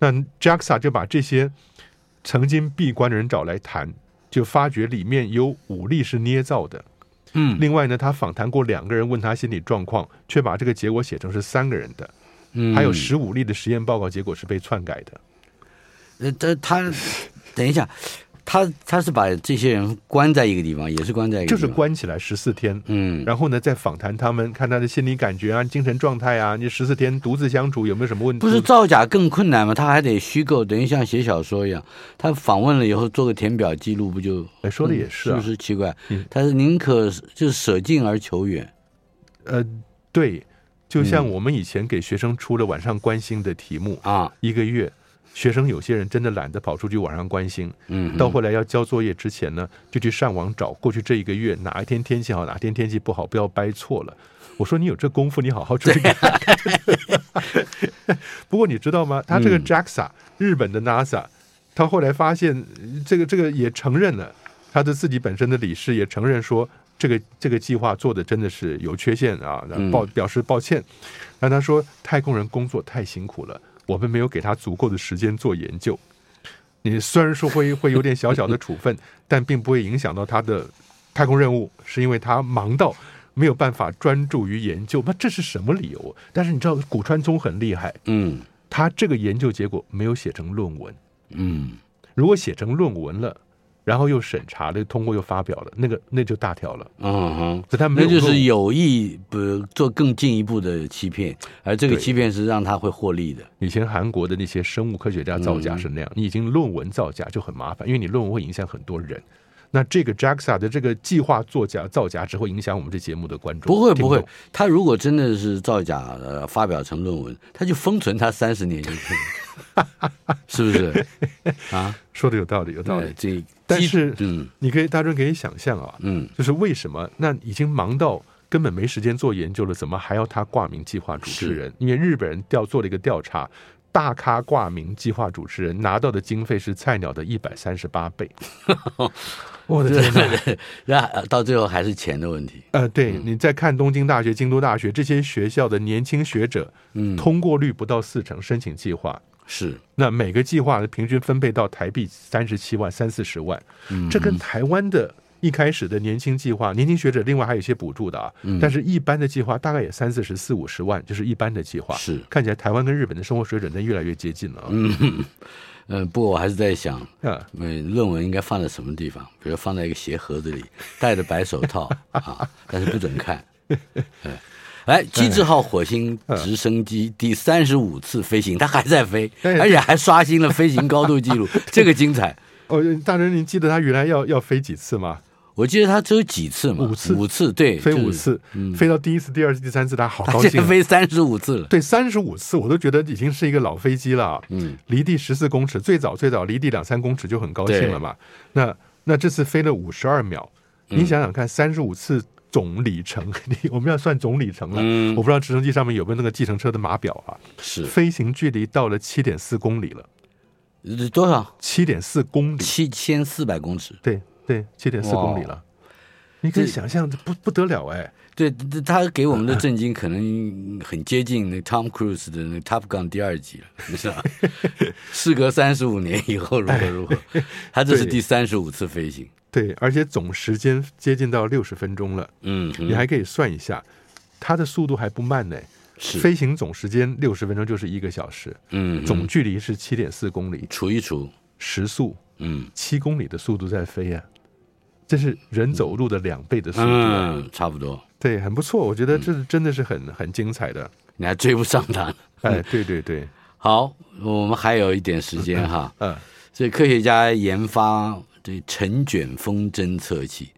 C: 那 JAXA 就把这些曾经闭关的人找来谈，就发觉里面有五例是捏造的。
B: 嗯
C: 另外呢，他访谈过两个人，问他心理状况，却把这个结果写成是三个人的，
B: 嗯
C: 还有十五例的实验报告结果是被篡改的。
B: 呃，这他等一下，他他是把这些人关在一个地方，也是关在一个
C: 就
B: 地
C: 是
B: 方，
C: 关起来十四天，
B: 哎嗯
C: 然后呢再访谈他们，看他的心理感觉啊、精神状态啊，你十四天独自相处有没有什么问题？
B: 不是造假更困难吗？他还得虚构，等于像写小说一样。他访问了以后做个填表记录，不就
C: 哎说的也是
B: 是
C: 啊
B: 不，是奇怪
C: 嗯？
B: 他是宁可就是舍近而求远。
C: 呃，对，就像
B: 嗯
C: 我们以前给学生出了晚上关心的题目，
B: 啊，
C: 一个月，学生有些人真的懒得跑出去晚上关心，
B: 嗯，
C: 到后来要交作业之前呢，就去上网找过去这一个月哪一天天气好，哪天天气不好，不要掰错了。我说你有这功夫，你好好追。 不过你知道吗？他这个
B: 嗯
C: JAXA、日本的 NASA，他后来发现呃这个这个也承认了，他的自己本身的理事也承认说，这个这个计划做的真的是有缺陷啊，
B: 嗯
C: 抱表示抱歉。那他说太空人工作太辛苦了，我们没有给他足够的时间做研究。你虽然说会会有点小小的处分， 但并不会影响到他的太空任务，是因为他忙到没有办法专注于研究。那这是什么理由？但是你知道古川聪很厉害，
B: 嗯
C: 他这个研究结果没有写成论文。
B: 嗯，
C: 如果写成论文了，然后又审查了，通过又发表了，那个那就大条了。
B: 嗯哼。
C: 所以他没
B: 那
C: 有
B: 就是
C: 论文
B: 有意不做更进一步的欺骗，而这个
C: 对
B: 欺骗是让他会获利的。
C: 以前韩国的那
B: 嗯
C: 些生物科学家造假是那样，你已经论文造假就很麻烦，因为你论文会影响很多人。那这个 JAXA 的这个计划作假造假，只会影响我们这节目的观众。
B: 不会
C: 听
B: 不会
C: 众，
B: 他如果真的是造假呃发表成论文，他就封存他三十年就可以 了，是不是？啊，
C: 说的有道理，有 道
B: 呃
C: 理。
B: 这
C: 但
B: 基
C: 是
B: 嗯
C: 你可以大众可以想象啊，
B: 嗯，
C: 就是为什么那已经忙到根本没时间做研究了，怎么还要他挂名计划主持人？因为日本人调做了一个调查，大咖挂名计划主持人拿到的经费是菜鸟的一百三十八倍。我的天哪！
B: 那呃到最后还是钱的问题。
C: 呃，对，你再看东京大学、京都大学这些学校的年轻学者，
B: 嗯，
C: 通过率不到四成申请计划，
B: 是
C: 那每个计划平均分配到台币三十七万、三四十万，
B: 嗯
C: 这跟台湾的一开始的年轻计划、年轻学者，另外还有一些补助的啊，
B: 嗯
C: 但是一般的计划大概也三四十、四五十万，就是一般的计划。
B: 是
C: 看起来台湾跟日本的生活水准真越来越接近了啊。
B: 嗯，不过我还是在想，
C: 嗯
B: 嗯，论文应该放在什么地方？比如放在一个鞋盒 子里，戴着白手套啊，但是不准看。哎来，机智号火星
C: 嗯
B: 直升机第三十五次飞行，它还在飞，
C: 但是
B: 而且还刷新了飞行高度 记录，这个精彩。
C: 哦，大人，您记得他原来要要飞几次吗？
B: 我记得它只有几次嘛，
C: 五次
B: 五次，对，
C: 飞
B: 就是嗯
C: 五，次，飞到第一次、第二次、第三次，他好
B: 它
C: 高
B: 现
C: 兴
B: 在
C: 啊。
B: 飞三十五次了。
C: 对，三十五次我都觉得已经是一个老飞机了啊。
B: 嗯，
C: 离地十四公尺，最早最早离地两三公尺就很高兴了嘛。那那这次飞了五十二秒，
B: 嗯
C: 你想想看，三十五次总里程， 你我们要算总里程了。
B: 嗯
C: 我不知道直升机上面有没有那个计程车的码表啊。
B: 是
C: 飞行距离到了七点四公里了，
B: 呃多少？
C: 七点四公里，
B: 七千四百公尺。
C: 对对，七点四
B: 哇
C: 公里了。你可以
B: 这
C: 想象，这不不得了哎！
B: 对，这他给我们的震惊可能很接近那 Tom Cruise 的那《Top Gun》第二集了，你知道 吗？事隔三十五年以后如何如何？他这是
C: 对
B: 第三十五次飞行，
C: 对，而且总时间接近到六十分钟了，
B: 嗯，
C: 你还可以算一下，它的速度还不慢呢、
B: 是
C: 飞行总时间六十分钟就是一个小时，
B: 嗯
C: 总距离是七点四公里，
B: 除一除，
C: 时速
B: 嗯
C: 七公里的速度在飞呀、这是人走路的两倍的速度、啊，
B: 嗯，差不多，
C: 对，很不错，我觉得这是真的是很很精彩的，
B: 你还追不上他呢。
C: 哎，对对对，
B: 好，我们还有一点时间哈，
C: 嗯，
B: 所以科学家研发这尘卷风侦测器。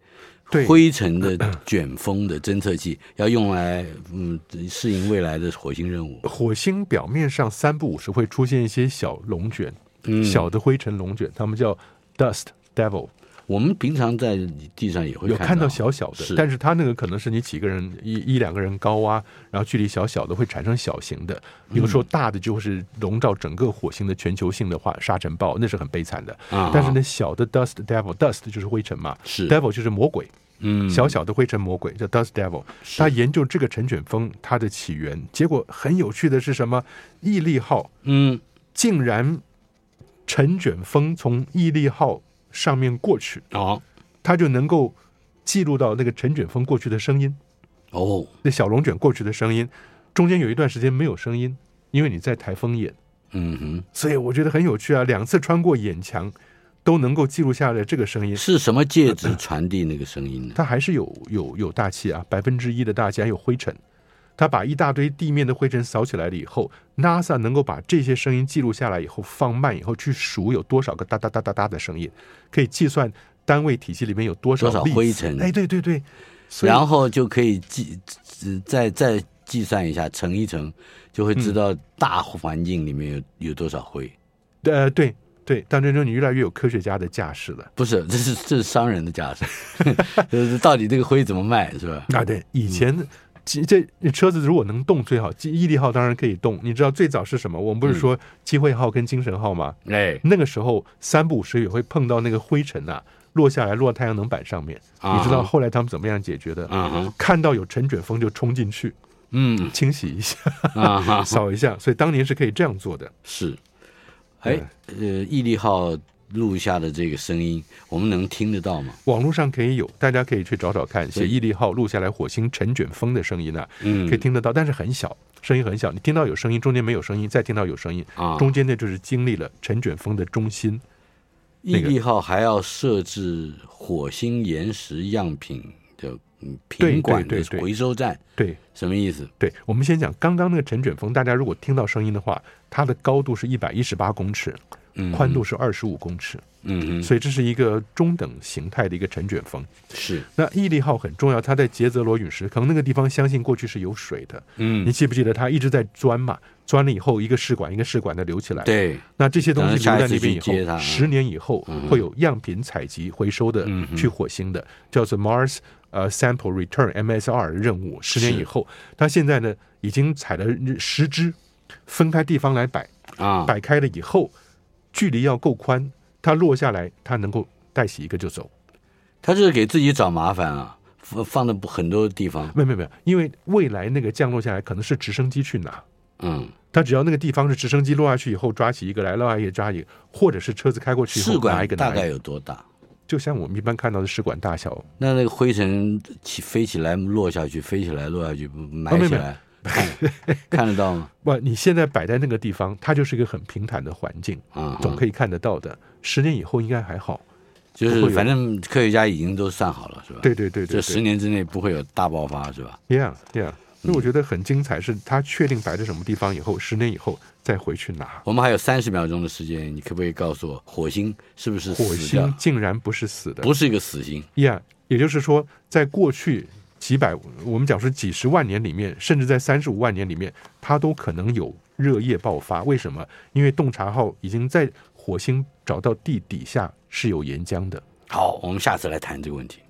C: 对
B: 灰尘的卷风的侦测器要用来，嗯，适应未来的火星任务。
C: 火星表面上三不五时会出现一些小龙卷，
B: 嗯，
C: 小的灰尘龙卷，它们叫 dust devil，
B: 我们平常在地上也会
C: 有
B: 看
C: 看到小小的，
B: 是
C: 但是它那个可能是你几个人一一两个人高啊，然后距离小小的会产生小型的，
B: 嗯
C: 有的时候大的就是笼罩整个火星的全球性的话沙尘暴，那是很悲惨的。
B: 啊
C: 但是呢，小的 dust devil，dust 就是灰尘嘛
B: 是
C: ，devil 就是魔鬼，
B: 嗯，
C: 小小的灰尘魔鬼叫 dust devil。他研究这个尘卷风它的起源，结果很有趣的是什么？毅力号
B: 嗯，
C: 竟然尘卷风从毅力号上面过去。
B: 哦
C: 它就能够记录到那个陈卷风过去的声音，
B: 哦，
C: 那小龙卷过去的声音。中间有一段时间没有声音，因为你在台风眼，
B: 嗯
C: 所以我觉得很有趣啊。两次穿过眼墙，都能够记录下来这个声音
B: 哼，。是什么介质传递那个声音呢？
C: 它还是有有有大气啊，百分之一的大气还有灰尘。它把一大堆地面的灰尘扫起来了以后，NASA 能够把这些声音记录下来以后，放慢以后去数有多少个哒哒哒哒哒的声音，可以计算单位体系里面有多
B: 多少
C: 粒子
B: 灰尘
C: 哎，对对对，所以
B: 然后就可以计，呃再再计算一下，乘一乘，就会
C: 嗯
B: 知道大环境里面有有多少灰。
C: 呃，对对，当真真，你越来越有科学家的架势了。
B: 不是，这是这是商人的架势，就是到 底这个灰怎么卖是吧？
C: 啊，对，
B: 嗯
C: 以前机这车子如果能动最好，机毅力号当然可以动。你知道最早是什么？我
B: 嗯
C: 们不是说机会号跟精神号吗？
B: 哎，
C: 那个时候三不五时也会碰到那个灰尘呐、落下来落太阳能板上面。
B: 啊
C: 你知道后来他们怎么样解决的？
B: 啊哈，
C: 看到有尘卷风就冲进去
B: 嗯
C: 清洗一下、
B: 啊哈，
C: 扫一下，所以当年是可以这样做的。
B: 是，哎，
C: 嗯
B: 呃，毅力号录下的这个声音，我们能听得到吗？
C: 网络上可以有，大家可以去找找看，写
B: 对
C: 毅力号录下来火星尘卷风的声音啊，
B: 嗯
C: 可以听得到，但是很小，声音很小。你听到有声音，中间没有声音，再听到有声音，
B: 啊
C: 中间那就是经历了尘卷风的中心。
B: 毅力号还要设置火星岩石样品的嗯
C: 对
B: 品管的
C: 对对对
B: 回收站，
C: 对
B: 什么意思？
C: 对，我们先讲刚刚那个尘卷风，大家如果听到声音的话，它的高度是一百一十八公尺，
B: 嗯
C: 宽度是二十五公尺，
B: 嗯哼，
C: 所以这是一个中等形态的一个尘卷风。
B: 是，
C: 那毅力号很重要，它在杰泽罗陨石坑那个地方，相信过去是有水的。你
B: 嗯，
C: 记不记得它一直在钻嘛？钻了以后，一个试管一个试管的流起来。，
B: 对，
C: 那这些东
B: 等
C: 西留
B: 到下
C: 在
B: 一次
C: 那边以
B: 去接它
C: 后，十年以后会有样品采集回收的
B: 嗯哼
C: 去火星的，叫做 Mars 呃 Sample Return MSR 任务。十年以后，它现在呢已经采了十只，分开地方来摆，
B: 啊，
C: 摆开了以后，距离要够宽，它落下来，它能够带起一个就走。
B: 他这是给自己找麻烦啊，放放的不很多地方，
C: 没有没有没有，因为未来那个降落下来可能是直升机去拿，
B: 嗯，
C: 它只要那个地方是直升机落下去以后抓起一个来，落下一个抓一个，或者是车子开过去以
B: 试
C: 后拿
B: 管
C: 一个
B: 大
C: 拿一
B: 概
C: 个，
B: 有多大？
C: 就像我们一般看到的试管大小，
B: 那那个灰尘起飞起来落下去，飞起来落下去，埋
C: 没有
B: 起
C: 啊没有
B: 来，看 看得到吗？
C: 不，你现在摆在那个地方，它就是一个很平坦的环境，
B: 啊，
C: 总可以看得到的。十年以后应该还好，
B: 就
C: 不
B: 是
C: 会有
B: 反正科学家已经都算好了，是吧？
C: 对对对
B: 这
C: 对
B: 十嗯
C: 对
B: 年之内不会有大爆发，是吧？
C: ，Yeah Yeah。所以我觉得很精彩，是它确定摆在什么地方以后，十年以后再回去拿。
B: 我们还有三十秒钟的时间，你可不可以告诉我，火星是不是
C: 火
B: 死掉
C: 星？竟然不是死的，
B: 不是一个死星，
C: 呀也就是说，在过去几百，我们讲是几十万年里面，甚至在三十五万年里面，它都可能有热液爆发。为什么？因为洞察号已经在火星找到地底下是有岩浆的。
B: 好，我们下次来谈这个问题。